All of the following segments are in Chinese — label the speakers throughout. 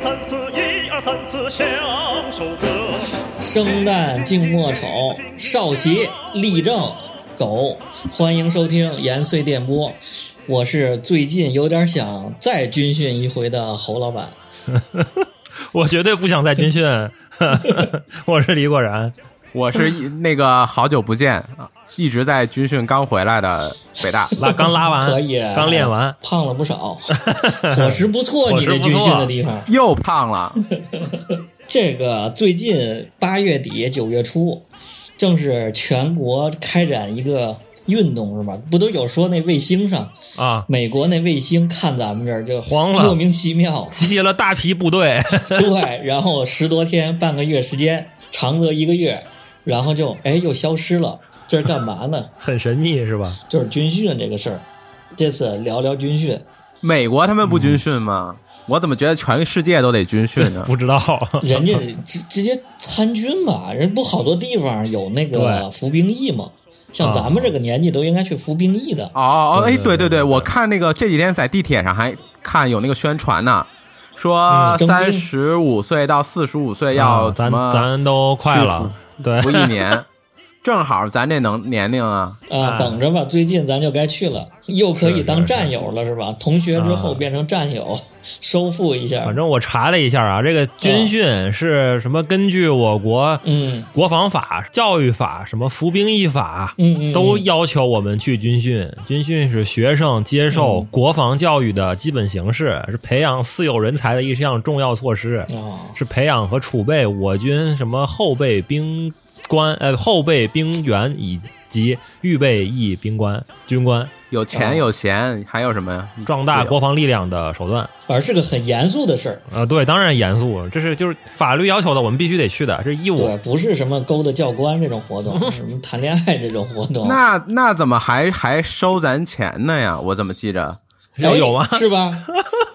Speaker 1: 三四，一二三四，享受歌。
Speaker 2: 生旦净末丑，少奇立正，狗。欢迎收听延绥电波，我是最近有点想再军训一回的侯老板。
Speaker 3: 我绝对不想再军训。 我是李果然，
Speaker 4: 我是一那个好久不见，啊一直在军训刚回来的北 大。
Speaker 3: 拉刚拉完，
Speaker 2: 可以，
Speaker 3: 啊刚练完，，
Speaker 2: 胖了 不少，伙食不错，
Speaker 3: 伙
Speaker 2: 你
Speaker 3: 食
Speaker 2: 这
Speaker 3: 不
Speaker 2: 军训
Speaker 3: 错
Speaker 2: 的地方。
Speaker 4: 又胖了，
Speaker 2: 这个最近八月底九月初，正是全国开展一个运动是吧？不都有说那卫星上，
Speaker 3: 啊，
Speaker 2: 美国那卫星看咱们这儿就
Speaker 3: 黄了。
Speaker 2: 莫名其妙
Speaker 3: 集结了大批部队，
Speaker 2: 对，然后十多天、半个月时间，长则一个月，然后就哎又消失了。这是干嘛 呢？
Speaker 3: 很神秘是吧？
Speaker 2: 就是军训这个事儿。这次聊聊军训，
Speaker 4: 美国他们不军训吗？
Speaker 3: 嗯
Speaker 4: 我怎么觉得全世界都得军训 呢？
Speaker 3: 不知道，
Speaker 2: 人家 直直接参军吧，人不好多地方有那个
Speaker 3: 对
Speaker 2: 服兵役嘛，像
Speaker 3: 啊
Speaker 2: 咱们这个年纪都应该去服兵役的。
Speaker 4: 哦哦，哎，
Speaker 3: 对对
Speaker 4: 对对
Speaker 3: 对
Speaker 4: 对，
Speaker 3: 对
Speaker 4: 我看那个这几天在地铁上还看有那个宣传呢，说
Speaker 2: 征兵
Speaker 4: 三十五岁到四十五岁
Speaker 3: 嗯啊
Speaker 4: 要什
Speaker 3: 咱
Speaker 4: 么
Speaker 3: 咱都快了，对
Speaker 4: 服一 年，正好咱这能年龄啊，
Speaker 2: 啊，
Speaker 3: 哎
Speaker 2: 等着吧，最近咱就该去了，又可以当战友了，是吧？同学之后
Speaker 3: 啊
Speaker 2: 变成战友， 收复一下
Speaker 3: 反。正我查了一下啊，这个军训是什么？根据我国
Speaker 2: 嗯
Speaker 3: 国防法、教育法、什么服兵役法，
Speaker 2: 嗯嗯，
Speaker 3: 都
Speaker 2: 嗯
Speaker 3: 要求我们去军训。军训是学生接
Speaker 2: 嗯
Speaker 3: 受国防教育的基本形式，是培养四有人才的一项重要措施，
Speaker 2: 啊，
Speaker 3: 是培养和储备我军什么后备兵官、呃后备兵员以及预备役兵官、军官，
Speaker 4: 有
Speaker 2: 哦
Speaker 4: 钱有闲，还有什么呀？
Speaker 3: 壮大国防力量的手段。
Speaker 2: 而是个啊很严肃的事儿，
Speaker 3: 啊，对，当然严肃，这是就是法律要求的，我们必须得去的，这是义务
Speaker 2: 对，。不是什么勾搭教官这种 活动，什么谈恋爱这种活动，
Speaker 4: 那那怎么还还收咱钱呢呀？我怎么记着？
Speaker 3: 有有吗？
Speaker 2: 哎是吧？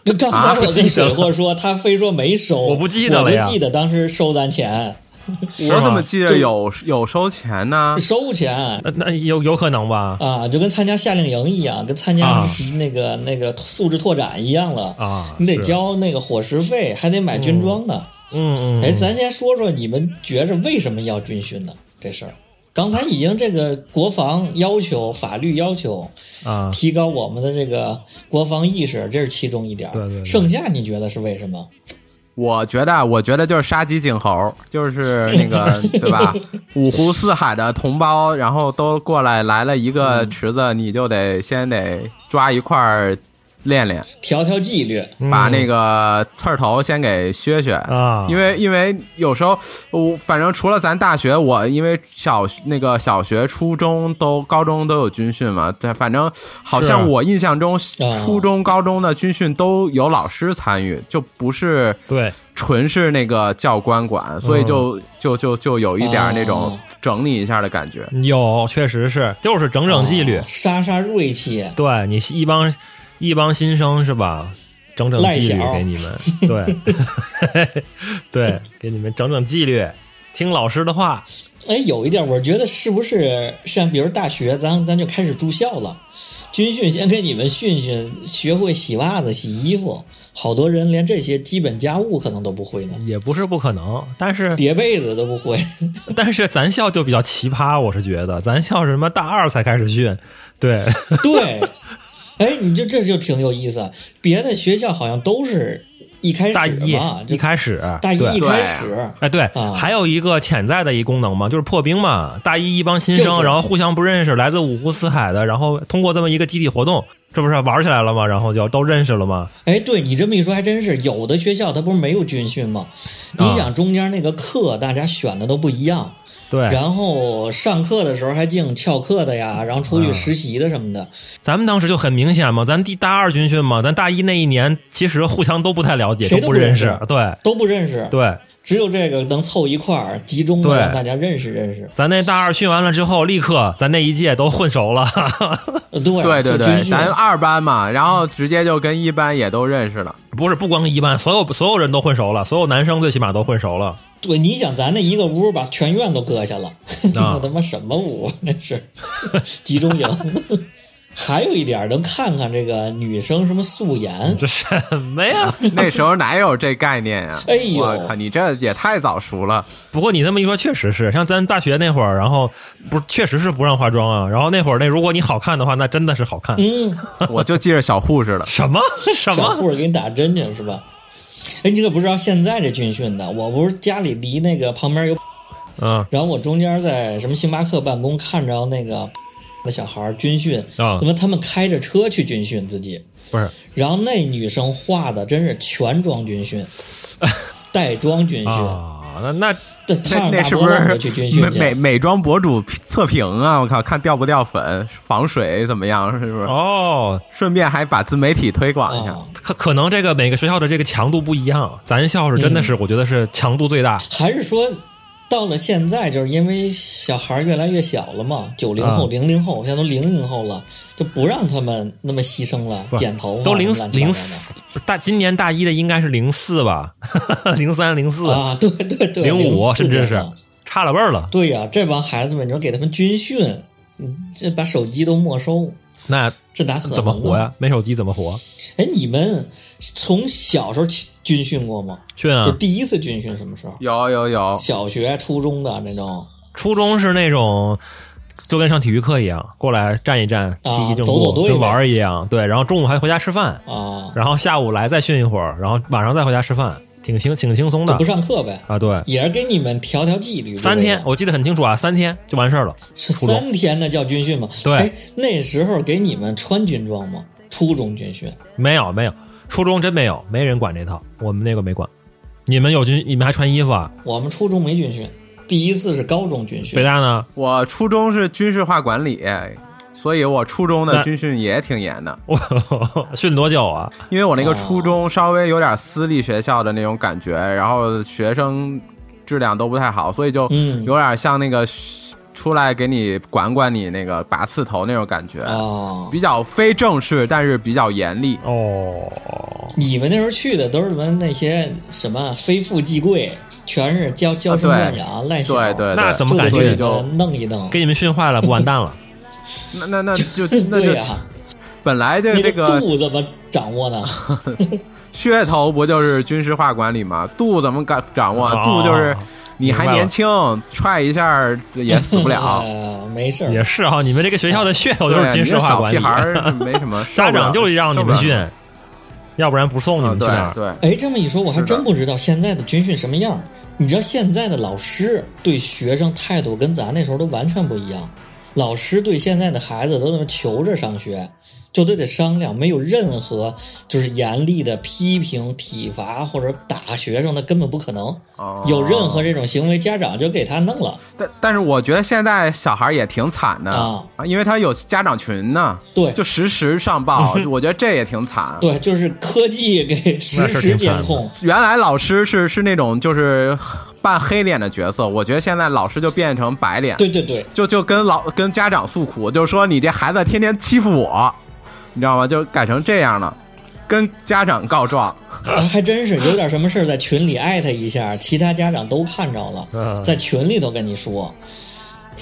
Speaker 2: 就刚
Speaker 4: 啊
Speaker 2: 才我跟水货说，他非说没收，
Speaker 3: 我不记得了呀
Speaker 2: 我就记得当时收咱钱，
Speaker 4: 我怎么记着
Speaker 2: 就
Speaker 4: 有有收钱呢？
Speaker 2: 收钱
Speaker 3: 那那有有可能吧？
Speaker 2: 啊，就跟参加夏令营一样，跟参加
Speaker 3: 啊
Speaker 2: 集那个那个素质拓展一样了
Speaker 3: 啊
Speaker 2: 你得
Speaker 3: 是
Speaker 2: 交那个伙食费，还得买军装呢。
Speaker 3: 嗯嗯，
Speaker 2: 哎，咱先说说你们觉着为什么要军训呢？这事儿，刚才已经这个国防要求、法律要求，
Speaker 3: 啊，
Speaker 2: 提高我们的这个国防意识，这是其中一点儿。
Speaker 3: 对对对
Speaker 2: 剩下你觉得是为什么？
Speaker 4: 我觉得，啊我觉得就是杀鸡儆猴，就是那个对吧？五湖四海的同胞，然后都过来来了一个池子，你就得先得抓一块儿练练，
Speaker 2: 调调纪律，
Speaker 3: 嗯
Speaker 4: 把那个刺儿头先给削削。
Speaker 3: 啊，
Speaker 4: 因为因为有时候我反正除了咱大学，我因为小那个小学、初中都高中都有军训嘛，对，反正好像
Speaker 3: 是
Speaker 4: 我印象中
Speaker 2: 啊
Speaker 4: 初中、高中的军训都有老师参与，就不是
Speaker 3: 对，
Speaker 4: 纯是那个教官管，所以就就就就有一点那种
Speaker 2: 哦
Speaker 4: 整理一下的感觉。
Speaker 3: 有确实是，就是整整纪律
Speaker 2: 啊，杀杀锐气。
Speaker 3: 对你一帮一帮新生是吧？整整
Speaker 2: 赖
Speaker 3: 纪律
Speaker 2: 小
Speaker 3: 给你们，对 对，给你们整整纪律，听老师的话，
Speaker 2: 哎，有一点，我觉得是不是像比如大学，咱咱就开始住校了，军训先给你们训训，学会洗袜子、洗衣服。好多人连这些基本家务可能都不会呢，
Speaker 3: 也不是不可能。但是
Speaker 2: 叠被子都 不会。
Speaker 3: 但是咱校就比较奇葩，我是觉得咱校是什么大二才开始训，对
Speaker 2: 对，哎，你这这就挺有意思。别的学校好像都是一开
Speaker 3: 大
Speaker 2: 始
Speaker 3: 一
Speaker 2: 嘛，就
Speaker 3: 一开始
Speaker 2: 大一
Speaker 3: 对
Speaker 2: 一开始，
Speaker 3: 哎，对
Speaker 2: 啊，
Speaker 3: 还有一个潜在的一功能嘛，就是破冰嘛。大一一帮新
Speaker 2: 就
Speaker 3: 生，
Speaker 2: 是
Speaker 3: 然后互相不认识，来自五湖四海的，然后通过这么一个集体活动，这不是玩起来了吗？然后就都认识了吗？
Speaker 2: 哎，对你这么一说，还真是有的学校它不是没有军训吗？你
Speaker 3: 啊
Speaker 2: 想中间那个课大家选的都不一样，
Speaker 3: 对，
Speaker 2: 然后上课的时候还净翘课的呀，然后出去
Speaker 3: 嗯
Speaker 2: 实习的什么的，
Speaker 3: 咱们当时就很明显嘛，咱第大二军训嘛，咱大一那一年其实互相都不太了解，
Speaker 2: 谁
Speaker 3: 都
Speaker 2: 都不
Speaker 3: 认
Speaker 2: 认
Speaker 3: 识
Speaker 2: 识。
Speaker 3: 对
Speaker 2: 都不认识，
Speaker 3: 对，
Speaker 2: 只有这个能凑一块儿，集中的
Speaker 3: 对
Speaker 2: 让大家认识认识。
Speaker 3: 咱那大二训完了之后，立刻咱那一届都混熟了。
Speaker 2: 呃对
Speaker 4: 对对
Speaker 2: 就
Speaker 4: 对
Speaker 2: 军，训
Speaker 4: 咱二班嘛，然后直接就跟一班也都认识了。
Speaker 3: 不是，不光一班，所有所有人都混熟了，所有男生最起码都混熟了。
Speaker 2: 对，你想咱那一个屋把全 院都搁下了，那
Speaker 3: 啊
Speaker 2: 他妈什么屋？那是集中营。 还有一点儿能看看这个女生什么素颜，
Speaker 3: 这什么呀？
Speaker 4: 那时候哪有这概念呀、
Speaker 2: 哎呦
Speaker 4: 我靠，你这也太早熟了。
Speaker 3: 不过你这么一说，确实是，像咱大学那会儿，然后不是确实是不让化妆啊。然后那会儿那如果你好看的话，那真的是好看。。
Speaker 2: 嗯，啊
Speaker 4: 我就记着小护士了
Speaker 3: 什么什
Speaker 2: 小
Speaker 3: 么？
Speaker 2: 护士给你打针去是吧？哎，你这个不知道现在这军训的，我不是家里离那个旁边有，
Speaker 3: 嗯
Speaker 2: 然后我中间在什么星巴克办公看着那个那小孩儿军训，
Speaker 3: 啊
Speaker 2: 那，么他们开着车去军训自己，
Speaker 3: 不是
Speaker 2: 然后那女生化的真是全妆 军训，带妆军训，
Speaker 3: 啊，那那
Speaker 2: 这他
Speaker 4: 那
Speaker 2: 让
Speaker 4: 那
Speaker 2: 大
Speaker 4: 是
Speaker 2: 波
Speaker 4: 不
Speaker 2: 浪的去军
Speaker 4: 是
Speaker 2: 训
Speaker 4: 美
Speaker 2: 去，
Speaker 4: 美美妆博主测评啊？我靠，看掉不掉粉，防水怎么样？是不是？
Speaker 3: 哦，
Speaker 4: 顺便还把自媒体推广一下。
Speaker 2: 啊，
Speaker 3: 可可能这个每个学校的这个强度不一样，咱校是真的是，我觉得是强度最大。
Speaker 2: 还是说到了现在，就是因为小孩越来越小了嘛，九零后、
Speaker 3: 啊
Speaker 2: 零零后，现在都零零后了，就不让他们那么牺牲了，
Speaker 3: 不是
Speaker 2: 剪头发啊
Speaker 3: 都零
Speaker 2: 乱七八
Speaker 3: 零
Speaker 2: 糟的
Speaker 3: 四，不是大今年大一的应该是零四吧， 零三零四，
Speaker 2: 啊，对对对，
Speaker 3: 05
Speaker 2: 04
Speaker 3: 甚至是
Speaker 2: 的
Speaker 3: 差了辈儿了。
Speaker 2: 对呀、这帮孩子们，你说给他们军训，嗯这把手机都没收，
Speaker 3: 那
Speaker 2: 这哪可能
Speaker 3: 怎么活
Speaker 2: 呢？
Speaker 3: 呀？没手机怎么活？
Speaker 2: 哎，你们从小时候起军训过吗？
Speaker 3: 训
Speaker 2: 就
Speaker 3: 啊！
Speaker 2: 第一次军训什么时候？
Speaker 4: 有有有，
Speaker 2: 小学、初中的那种
Speaker 3: 初中是那种就跟上体育课一样，过来站一站，
Speaker 2: 啊
Speaker 3: 踢一正步，
Speaker 2: 走走队呗
Speaker 3: 跟玩儿一样。对，然后中午还回家吃饭，
Speaker 2: 啊，
Speaker 3: 然后下午来再训一会儿，然后晚上再回家吃饭，挺轻挺轻松
Speaker 2: 就
Speaker 3: 的
Speaker 2: 不上课呗，
Speaker 3: 啊。对，
Speaker 2: 也是给你们调调纪律。
Speaker 3: 三天我记得很清楚啊，三天就完事儿了。
Speaker 2: 是
Speaker 3: 初中
Speaker 2: 三天的叫军训吗？
Speaker 3: 对
Speaker 2: 哎，那时候给你们穿军装吗？初中军训
Speaker 3: 没有没有，初中真没有，没人管这套，我们那个没管。你们有军，你们还穿衣服啊？
Speaker 2: 我们初中没军训，第一次是高中军
Speaker 3: 北
Speaker 2: 训。
Speaker 3: 大呢？
Speaker 4: 我初中是军事化管理，所以我初中
Speaker 3: 那
Speaker 4: 的军训也挺严的。
Speaker 3: 我训多久啊？
Speaker 4: 因为我那个
Speaker 2: 哦
Speaker 4: 初中稍微有点私立学校的那种感觉，然后学生质量都不太好，所以就
Speaker 2: 嗯
Speaker 4: 有点像那个出来给你管管你那个拔刺头那种感觉，
Speaker 2: 啊，
Speaker 4: 比较非正式，但是比较严厉。
Speaker 3: 哦，
Speaker 2: 你们那时候去的都是什么那些什么非富即贵，全是娇娇生
Speaker 4: 啊对
Speaker 2: 惯养、啊赖小，
Speaker 4: 对对
Speaker 3: 那
Speaker 4: 对，
Speaker 3: 怎么
Speaker 2: 就得
Speaker 3: 感
Speaker 2: 给
Speaker 3: 觉
Speaker 2: 你们弄一弄。
Speaker 3: 给你们训坏了，不完蛋了？
Speaker 4: 那那那就那
Speaker 2: 对
Speaker 4: 就
Speaker 2: 呀、
Speaker 4: 本来的
Speaker 2: 你
Speaker 4: 这
Speaker 2: 的
Speaker 4: 个
Speaker 2: 度怎么掌握呢？
Speaker 4: 噱头不就是军事化管理吗？度怎么敢掌握？
Speaker 3: 哦
Speaker 4: 度就是你还
Speaker 3: 明白了
Speaker 4: 年轻，踹一下也 死不 了。
Speaker 2: 呃没事
Speaker 3: 也
Speaker 2: 儿。
Speaker 3: 是哈、你们这个学校的噱头就
Speaker 4: 对，
Speaker 3: 哦是军
Speaker 4: 你
Speaker 3: 事
Speaker 4: 这
Speaker 3: 化
Speaker 4: 小
Speaker 3: 管
Speaker 4: 屁
Speaker 3: 理，啊
Speaker 4: 孩 儿没什么，
Speaker 3: 家长就是让你们训，要不然不送你
Speaker 4: 啊，
Speaker 3: 们去
Speaker 4: 嗯对
Speaker 3: 哪儿。
Speaker 4: 对。
Speaker 2: 哎，这么一说，我还
Speaker 4: 是的
Speaker 2: 真不知道现在的军训什么样儿。你知道现在的老师对学生态度跟咱那时候都完全不一样。老师对现在的孩子都那么求着上学，就都得商量，没有任何就是严厉的批评、体罚或者打学生，那根本不可能。
Speaker 4: 哦
Speaker 2: 有任何这种行为，家长就给他弄了。
Speaker 4: 但但是我觉得现在小孩也挺惨的
Speaker 2: 啊，
Speaker 4: 因为他有家长群呢，
Speaker 2: 对嗯
Speaker 4: 就实时上报，我觉得这也挺惨。，
Speaker 2: 对，就是科技给实
Speaker 3: 是
Speaker 2: 时
Speaker 3: 挺惨
Speaker 2: 监
Speaker 3: 的
Speaker 2: 控，
Speaker 4: 原来老师是是那种就是扮黑脸的角色，我觉得现在老师就变成白脸，
Speaker 2: 对对对，
Speaker 4: 就就跟老跟家长诉苦，就说你这孩子天天欺负我，你知道吗？就改成这样了，跟家长告状。
Speaker 2: 啊还真是有点什么事儿在群里艾特一下，其他家长都看着了，
Speaker 3: 嗯
Speaker 2: 在群里头跟你说，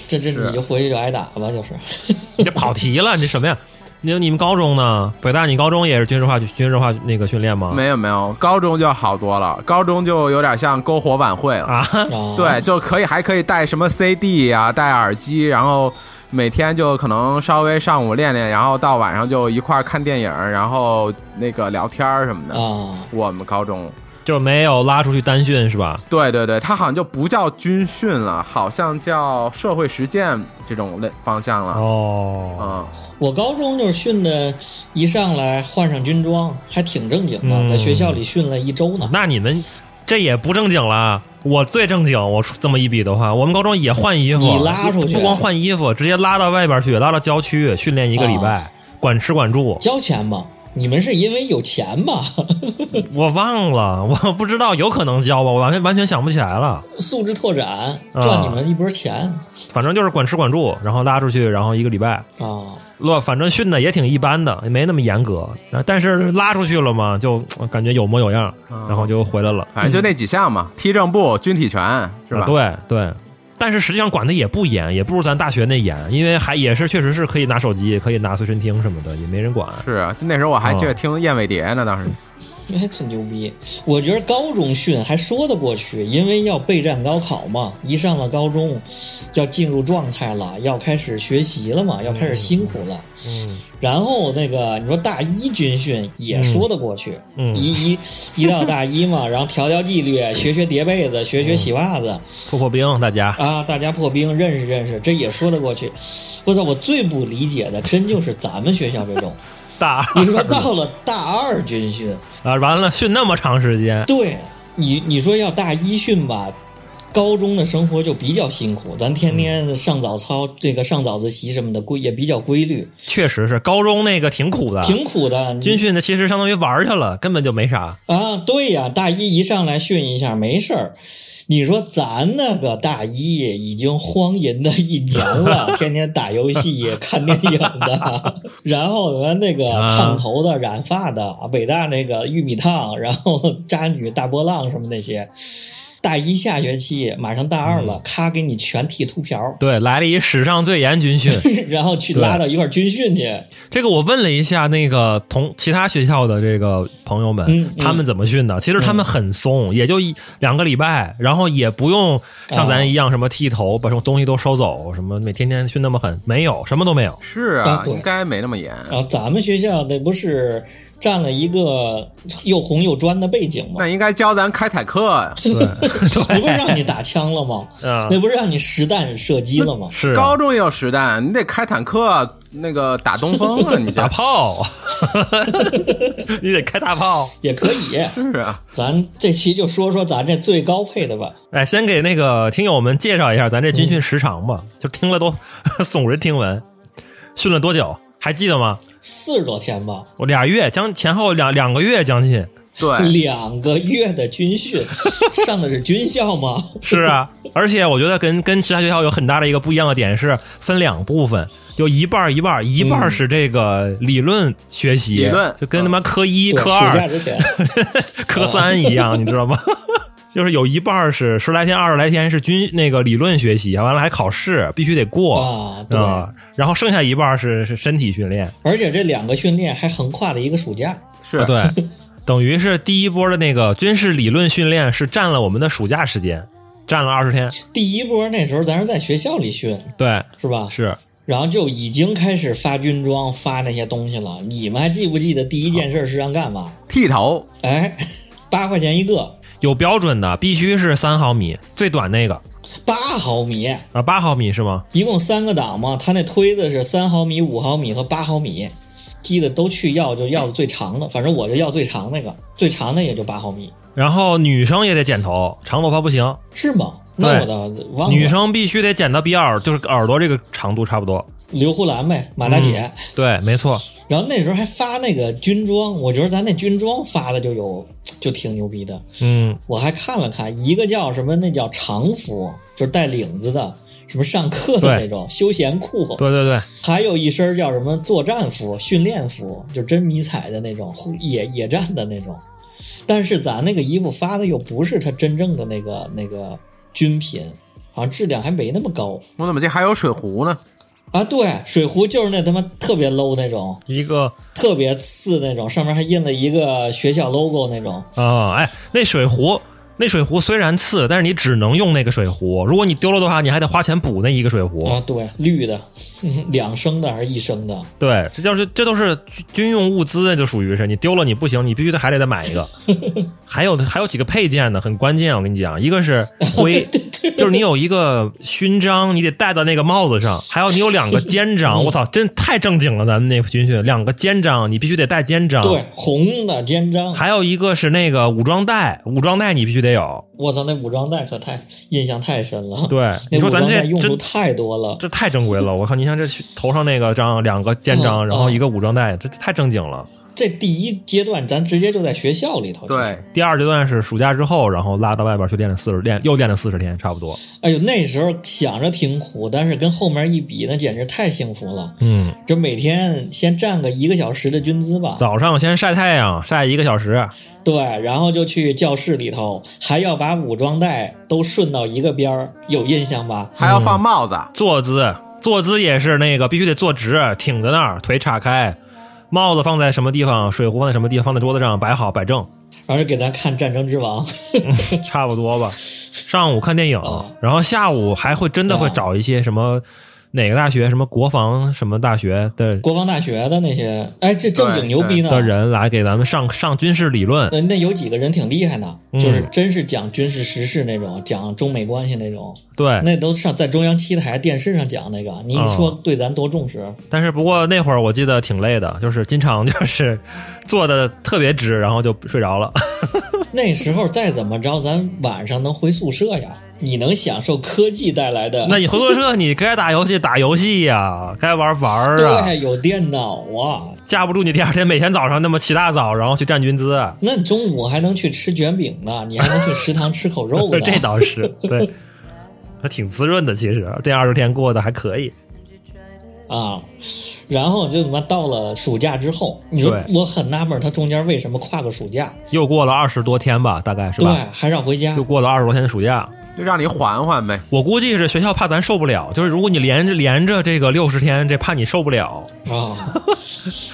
Speaker 2: 这这
Speaker 4: 是
Speaker 2: 你就回去就挨打吧，就是。
Speaker 3: 你这跑题了，你这什么呀？你你们高中呢？北大你高中也是军事化军事化那个训练吗？
Speaker 4: 没有没有，高中就好多了，高中就有点像篝火晚会了。
Speaker 3: 啊，
Speaker 2: 啊，
Speaker 4: 对，就可以还可以带什么 CD 呀、带耳机，然后每天就可能稍微上午练练，然后到晚上就一块儿看电影，然后那个聊天儿什么的。
Speaker 2: 啊，
Speaker 4: 我们高中，
Speaker 3: 就没有拉出去单训是吧？
Speaker 4: 对对对，它好像就不叫军训了，好像叫社会实践这种类方向了。
Speaker 3: 哦，
Speaker 4: 嗯，
Speaker 2: 我高中就是训的，一上来换上军装，还挺正经的，
Speaker 3: 嗯
Speaker 2: 在学校里训了一周呢。
Speaker 3: 那你们这也不正经了。我最正经，我这么一比的话，我们高中也换衣服，
Speaker 2: 你拉出去
Speaker 3: 不光换衣服，直接拉到外边去，拉到郊区训练一个礼
Speaker 2: 啊
Speaker 3: 拜，管吃管住。
Speaker 2: 交钱吗？你们是因为有钱吗？
Speaker 3: 我忘了，我不知道，有可能交吧，我完全完全想不起来了。
Speaker 2: 素质拓展
Speaker 3: 啊
Speaker 2: 赚你们一波钱
Speaker 3: 反正就是管吃管住，然后拉出去，然后一个礼拜，
Speaker 2: 啊！
Speaker 3: 落，反正训的也挺一般的，也没那么严格。然后但是拉出去了嘛，就呃感觉有模有样，然后就回来了，嗯
Speaker 4: 反正就那几项嘛，踢正步、军体拳是吧？
Speaker 3: 啊对对。但是实际上管的也不严，也不如咱大学那严，因为还也是确实是可以拿手机，可以拿随身听什么的，也没人管。
Speaker 4: 是啊，就那时候我还记得听燕尾蝶呢，当时
Speaker 2: 那还挺牛逼。我觉得高中训还说得过去，因为要备战高考嘛，一上了高中，要进入状态了，要开始学习了嘛，要开始辛苦了。
Speaker 3: 嗯，
Speaker 2: 然后那个你说大一军训也说得过去，
Speaker 3: 嗯
Speaker 2: 一一一到大一嘛，然后调调纪律，学学叠被子，
Speaker 3: 嗯
Speaker 2: 学学洗袜子、
Speaker 3: 破破冰，大家
Speaker 2: 啊，大家破冰认识认识，这也说得过去。我操，我最不理解的真就是咱们学校这种，
Speaker 3: 大
Speaker 2: 你说到了大二军训，
Speaker 3: 啊，完了训那么长时间，
Speaker 2: 对你你说要大一训吧。高中的生活就比较辛苦，咱
Speaker 3: 嗯
Speaker 2: 天天上早操，这个上早自习什么的规也比较规律，
Speaker 3: 确实是高中那个挺苦的，
Speaker 2: 挺苦的。你
Speaker 3: 军训的其实相当于玩儿去了，根本就没啥。
Speaker 2: 啊，对呀，大一一上来训一下没事儿。你说咱那个大一已经荒淫的一年了，天天打游戏、看电影的， 然后咱那个烫头的、染发的，北大那个玉米烫，然后渣女、大波浪什么那些。大一下学期马上大二了，咔给你全剃秃瓢儿，
Speaker 3: 对，来了一史上最严军训。
Speaker 2: 然后去拉到一块儿军训去。
Speaker 3: 这个我问了一下那个同其他学校的这个朋友们，
Speaker 2: 嗯嗯嗯
Speaker 3: 他们怎么训的？其实他们很松，也就一两个礼拜，然后也不用像咱一样什么剃头，把什么东西都收走，什么每天天训那么狠，没有，什么都没有。
Speaker 4: 是
Speaker 2: 啊
Speaker 4: 啊，
Speaker 2: 对
Speaker 4: 应该没那么严。
Speaker 2: 然后咱们学校那不是占了一个又红又专的背景吗？
Speaker 4: 那应该教咱开坦克啊 呀。
Speaker 3: 对， 对
Speaker 2: 不是让你打枪 了吗？
Speaker 3: 啊
Speaker 2: 那不是让你实弹射击了吗？
Speaker 3: 是啊
Speaker 4: 高中也有实弹，你得开坦克，那个打东风 啊，你这
Speaker 3: 打炮，你得开大炮。
Speaker 2: 也可以，
Speaker 4: 是 啊，
Speaker 2: 咱这期就说说咱这最高配的吧。
Speaker 3: 哎，先给那个听友们介绍一下咱这军训时长吧，就听了都 耸人听闻，训了多久？还记得吗？
Speaker 2: 四十多天吧，
Speaker 3: 我俩月将前后两两个月将近，
Speaker 4: 对，
Speaker 2: 两个月的 军训，上的是军校吗？
Speaker 3: 是啊，而且我觉得跟跟其他学校有很大的一个不一样的点是分两部分，有一半儿一半儿，一半儿是这个理论学习，
Speaker 4: 理论哦
Speaker 3: 就跟他妈科一、
Speaker 2: 对，
Speaker 3: 科
Speaker 2: 暑假
Speaker 3: 二、
Speaker 2: 之前，
Speaker 3: 科三一样，你知道吗？ 就是有一半儿是十来天、二十来天是军那个理论学习，完了还考试，必须得过
Speaker 2: 啊，
Speaker 4: 哦
Speaker 2: 对，
Speaker 3: 啊、然后剩下一半儿是是身体训练，
Speaker 2: 而且这两个训练还横跨了一个暑假。
Speaker 4: 是，
Speaker 3: 啊对， 等于是第一波的那个军事理论训练是占了我们的暑假时间，占了二十天，
Speaker 2: 第一波那时候咱是在学校里训，
Speaker 3: 对，
Speaker 2: 是吧？
Speaker 3: 是。
Speaker 2: 然后就已经开始发军装、发那些东西了。你们还记不记得第一件事是让干嘛？
Speaker 4: 剃头
Speaker 2: 哎，八块钱一个，
Speaker 3: 有标准的，必须是三毫米，最短那个
Speaker 2: 八毫米，
Speaker 3: 啊，八毫米是吗？
Speaker 2: 一共三个档嘛，它那推子是三毫米、五毫米和八毫米，记得都去要，就要最长的，反正我就要最长那个，最长的也就八毫米，
Speaker 3: 然后女生也得剪头，长头发不行，
Speaker 2: 是吗？那我倒忘了。
Speaker 3: 女生必须得剪到比耳，就是耳朵这个长度差不多。
Speaker 2: 刘胡兰呗，马大姐。
Speaker 3: 对，没错，
Speaker 2: 然后那时候还发那个军装，我觉得咱那军装发的就有，就挺牛逼的。
Speaker 3: 嗯，
Speaker 2: 我还看了看，一个叫什么，那叫常服，就是带领子的，什么上课的
Speaker 3: 对
Speaker 2: 那种休闲裤。
Speaker 3: 对对对，
Speaker 2: 还有一身叫什么作战服、训练服，就真迷彩的那种，护野野战的那种。但是咱那个衣服发的又不是它真正的那个那个军品，好像质量还没那么高
Speaker 4: 我怎么记得还有水壶呢？
Speaker 2: 啊。对，水壶就是那他妈特别 low 那种，
Speaker 3: 一个
Speaker 2: 特别次那种，上面还印了一个学校 logo 那种。
Speaker 3: 啊、哎，那水壶，那水壶虽然次，但是你只能用那个水壶，如果你丢了的话，你还得花钱补那一个水壶。
Speaker 2: 啊，对，绿的， 两升的还是一升的？
Speaker 3: 对，这就是这都是军军用物资，就属于是你丢了你不行，你必须得还得再买一 个。还有还有几个配件呢，很关键，啊我跟你讲，一个 是徽，就是你有一个勋章，你得戴到那个帽子 上，还有你有两个肩章，我操，真太正经了，咱们那个军训两个肩章，你必须得戴肩章。
Speaker 2: 对，红的肩章。
Speaker 3: 还有一个是那个武装带，武装带你必须得有。
Speaker 2: 我操，那武装带可太印象太深了。
Speaker 3: 对
Speaker 2: 那
Speaker 3: 你说
Speaker 2: 武装
Speaker 3: 咱这
Speaker 2: 带用
Speaker 3: 真
Speaker 2: 途太多了。
Speaker 3: 这太正规了，我靠！你像这头上那个章，两个肩章，
Speaker 2: 嗯
Speaker 3: 然后一个武装带，这太正经了。
Speaker 2: 这第一阶段咱直接就在学校里头。其实
Speaker 4: 对，
Speaker 3: 第二阶段哦是暑假之后，然后拉到外边去练了四十练，又练了四十天，差不多。
Speaker 2: 哎呦，那时候想着挺苦，但是跟后面一比，那简直太幸福了。
Speaker 3: 嗯，
Speaker 2: 就每天先站个一个小时的军姿吧，
Speaker 3: 早上先晒太阳，晒一个小时，
Speaker 2: 对，然后就去教室里头，还要把武装带都顺到一个边儿，有印象吧？
Speaker 4: 还要放帽子，
Speaker 3: 坐姿坐姿也是那个必须得坐直，挺在那儿，腿岔开，帽子放在什么地方，水壶放在什么地方，放在桌子上摆好摆正，
Speaker 2: 然后就给咱看《战争之王》
Speaker 3: 差不多吧。上午看电影，
Speaker 2: 哦
Speaker 3: 然后下午还会真的会
Speaker 2: 哦
Speaker 3: 找一些什么哪个大学，什么国防什么大学的
Speaker 2: 国防大学的那些，哎，这正经
Speaker 4: 对
Speaker 2: 牛逼呢。
Speaker 3: 的人来给咱们上上军事理论。
Speaker 2: 那那有几个人挺厉害呢，
Speaker 3: 嗯
Speaker 2: 就是真是讲军事时事那种，讲中美关系那种，
Speaker 3: 对，
Speaker 2: 那都上在中央七台电视上讲那个，你
Speaker 3: 哦
Speaker 2: 说对咱多重 视？
Speaker 3: 但是不过那会儿我记得挺累的，就是经常就是坐的特别直，然后就睡着了。
Speaker 2: 那时候再怎么着，咱晚上能回宿舍呀，你能享受科技带来的。
Speaker 3: 那你回宿舍，你该打游戏打游戏呀、该玩玩儿啊，
Speaker 2: 对，有电脑啊，
Speaker 3: 架不住你第二天每天早上那么起大早，然后去站军姿。
Speaker 2: 那中午还能去吃卷饼呢，你还能去食堂吃口肉 呢。
Speaker 3: 这倒是对，还挺滋润的。其实这二十天过得还可以。
Speaker 2: 啊，然后就他妈到了暑假之后，你说
Speaker 3: 对
Speaker 2: 我很纳闷，他中间为什么跨个暑假？
Speaker 3: 又过了二十多天吧，大概是
Speaker 2: 对
Speaker 3: 吧？，
Speaker 2: 还让回家
Speaker 3: 又。过了二十多天的暑假，
Speaker 4: 就让你缓缓呗。
Speaker 3: 我估计是学校怕咱受不了，就是如果你连着连着这个六十天，这怕你受不了。
Speaker 2: 啊，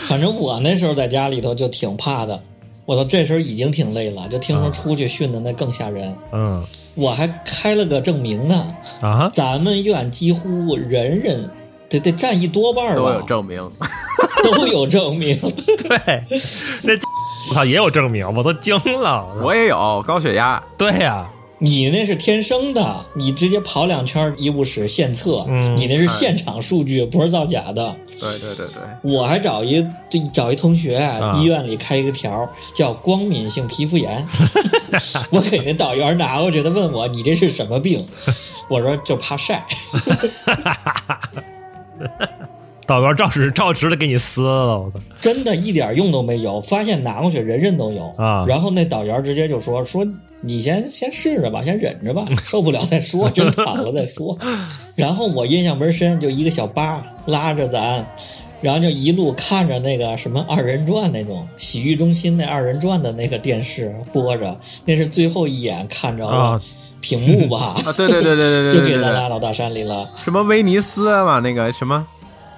Speaker 2: 反正我那时候在家里头就挺怕的。我操，这时候已经挺累了，就听说
Speaker 3: 啊
Speaker 2: 出去训的那更吓人。
Speaker 3: 嗯
Speaker 2: 我还开了个证明呢，
Speaker 3: 啊，
Speaker 2: 咱们院几乎人人得得占一多半
Speaker 3: 哦
Speaker 2: 儿吧，
Speaker 4: 都有证 明，
Speaker 2: 都有证明。
Speaker 3: 对，那 我操也有证明，我都惊了。
Speaker 4: 我也有高血压，
Speaker 3: 对呀、
Speaker 2: 你那是天生的，你直接跑两圈医务室献测，
Speaker 3: 嗯
Speaker 2: 你那是现场数据，不是造假的。
Speaker 4: 对对对对，
Speaker 2: 我还找一这找一同学、
Speaker 3: 啊
Speaker 2: 医院里开一个条儿叫光敏性皮肤炎，我给那导员拿过去，他问我你这是什么病，我说就怕晒。
Speaker 3: 导员照实照直的给你撕了，我操！
Speaker 2: 真的一点用都没有，发现拿过去人人都有
Speaker 3: 啊
Speaker 2: 然后那导员直接就说说你先先试着吧，先忍 着吧，受不了再说，真躺了再说。然后我印象门深，就一个小巴拉着咱，然后就一路看着那个什么二人转那种洗浴中心那二人转的那个电视播着，那是最后一眼看着
Speaker 3: 啊
Speaker 2: 屏幕吧，
Speaker 4: 啊，对对对对对
Speaker 2: 就
Speaker 4: 对
Speaker 2: 给
Speaker 4: 对
Speaker 2: 咱拉
Speaker 4: 对，
Speaker 2: 到大山里了。
Speaker 4: 什么威尼斯嘛，那个什么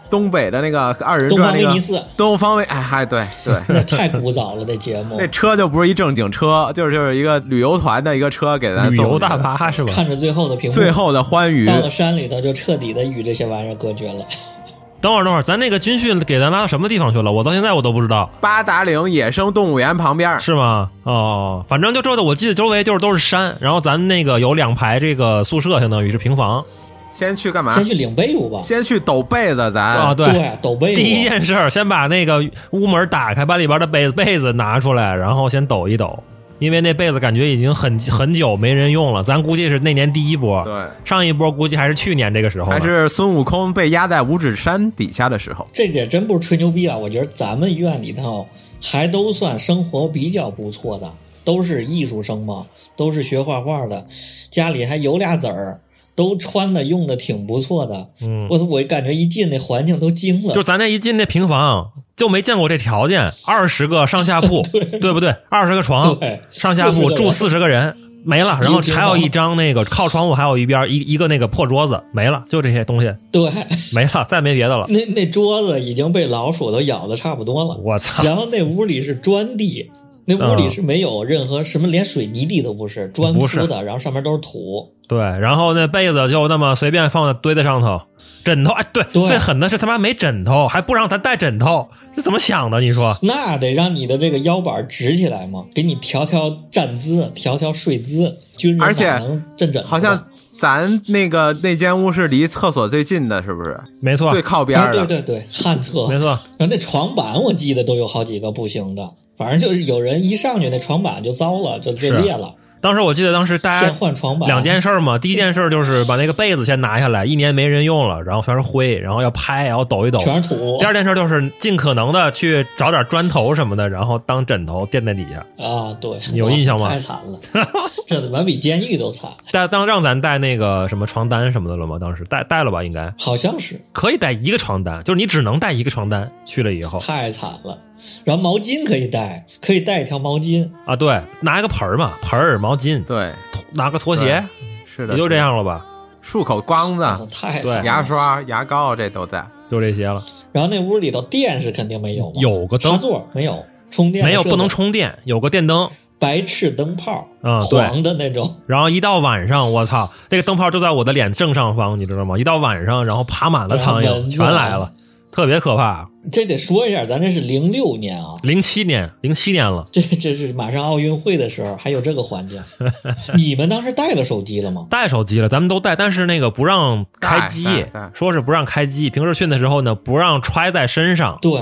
Speaker 4: 东北的那个二人
Speaker 2: 东
Speaker 4: 转
Speaker 2: 方
Speaker 4: 那
Speaker 2: 威
Speaker 4: 个
Speaker 2: 尼斯，。
Speaker 4: 东方威，哎嗨，对对
Speaker 2: 那太古早了，那节目
Speaker 4: 那车就不是一正经车，就是就是一个旅游团的一个车给咱
Speaker 3: 旅
Speaker 4: 送
Speaker 3: 游
Speaker 4: 过去
Speaker 3: 大
Speaker 4: 的
Speaker 3: 巴是吧？
Speaker 2: 看着最后的屏幕，
Speaker 4: 最后的欢愉，
Speaker 2: 到了山里头就彻底的与这些玩意儿隔绝了。
Speaker 3: 等会儿，等会儿，咱那个军训给咱拉到什么地方去了？我到现在我都不知道，
Speaker 4: 八达岭野生动物园旁边儿，
Speaker 3: 是吗？哦，反正就这的，我记得周围就是都是山，然后咱们那个有两排这个宿舍，相当于是平房
Speaker 4: 先去干嘛？
Speaker 2: 先去领被褥吧，
Speaker 4: 先去抖被子，咱、
Speaker 3: 啊。对，
Speaker 2: 抖被
Speaker 3: 第一
Speaker 2: 褥。
Speaker 3: 件事儿先把那个屋门打开，把里边的被子被子拿出来，然后先抖一抖，因为那被子感觉已经很很久没人用了，咱估计是那年第一波，
Speaker 4: 对，
Speaker 3: 上一波估计还是去年这个时候呢，
Speaker 4: 还是孙悟空被压在五指山底下的时候，
Speaker 2: 这也真不是吹牛逼啊！我觉得咱们院里头还都算生活比较不错的，都是艺术生嘛，都是学画画的，家里还有俩子儿，都穿的用的挺不错的。
Speaker 3: 嗯
Speaker 2: 我我感觉一进那环境都惊了
Speaker 3: 就。咱那一进那平房就没见过这条件，二十个上下铺，对不对？二十个床
Speaker 2: 对，
Speaker 3: 上下
Speaker 2: 40个
Speaker 3: 铺
Speaker 2: 人
Speaker 3: 住四十个人没了，然后还有一张那个靠窗户，还有一边一一个那个破桌子没了，就这些东西
Speaker 2: 对，
Speaker 3: 没了， 再没别的了。
Speaker 2: 那那桌子已经被老鼠都咬的差不多了。
Speaker 3: 我操！
Speaker 2: 然后那屋里是砖地，那屋里是没有任何什么，连水泥地都不是，砖
Speaker 3: 不
Speaker 2: 铺
Speaker 3: 是
Speaker 2: 的，然后上面都是土。
Speaker 3: 对，然后那被子就那么随便放在堆在上头，枕头哎，对，
Speaker 2: 对
Speaker 3: 最狠的是他妈没枕头，还不让咱带枕头，这怎么想的？你说
Speaker 2: 那得让你的这个腰板直起来嘛，给你调调站姿，调调睡姿，军人
Speaker 4: 而且
Speaker 2: 哪能正枕头啊？
Speaker 4: 好像咱那个那间屋是离厕所最近的，是不是？
Speaker 3: 没错
Speaker 4: 最，靠边
Speaker 2: 啊，
Speaker 4: 儿的。
Speaker 2: 对对对，旱厕
Speaker 3: 没。错，
Speaker 2: 然后那床板我记得都有好几个不行的，反正就是有人一上去那床板就糟了，就就是裂了。
Speaker 3: 当时我记得当时大家
Speaker 2: 先换床板，
Speaker 3: 两件事儿嘛，第一件事儿就是把那个被子先拿下来，一年没人用了，然后全是灰，然后要拍，然后抖一抖。
Speaker 2: 全是土
Speaker 3: 第二件事儿就是尽可能的去找点砖头什么的，然后当枕头垫在底下。
Speaker 2: 啊，对，
Speaker 3: 你有印象吗
Speaker 2: 太惨了，这他妈比监狱都惨，
Speaker 3: 带当让咱带那个什么床单什么的了吗？当时带带了吧，应该
Speaker 2: 好像是
Speaker 3: 可以带一个床单，就是你只能带一个床单去了以后
Speaker 2: 太惨了。然后毛巾可以带，可以带一条毛巾，
Speaker 3: 啊，对，拿一个盆儿嘛，盆儿、毛巾，
Speaker 4: 对，
Speaker 3: 拿个拖鞋，
Speaker 4: 是的，
Speaker 3: 也就是这
Speaker 4: 的，
Speaker 3: 样了吧，
Speaker 4: 漱口缸
Speaker 2: 我操
Speaker 4: 子、
Speaker 2: 哎
Speaker 3: 啊
Speaker 2: 太
Speaker 3: 对
Speaker 2: 惨了。
Speaker 4: 牙刷、牙膏这都在。
Speaker 3: 就这些了。
Speaker 2: 然后那屋里头电是肯定没有嘛，
Speaker 3: 有个灯
Speaker 2: 插座没有，充电的
Speaker 3: 没有
Speaker 2: 设备
Speaker 3: 不能，充电，有个电灯，
Speaker 2: 白炽灯泡，
Speaker 3: 嗯对
Speaker 2: 黄的那种，
Speaker 3: 然后一到晚上，我操，这个灯泡就在我的脸正上方，你知道吗？一到晚上，然后爬满了苍
Speaker 2: 然后蚊
Speaker 3: 蝇，
Speaker 2: 子
Speaker 3: 全来了，特别可怕。
Speaker 2: 这得说一下，咱这是零六年啊，
Speaker 3: 零七年，零七年了，
Speaker 2: 这这是马上奥运会的时候还有这个 环境。你们当时带了手机了吗？
Speaker 3: 带手机了，咱们都带，但是那个不让开机
Speaker 4: 带带带，
Speaker 3: 说是不让开机。平时训的时候呢，不让揣在身上。
Speaker 2: 对，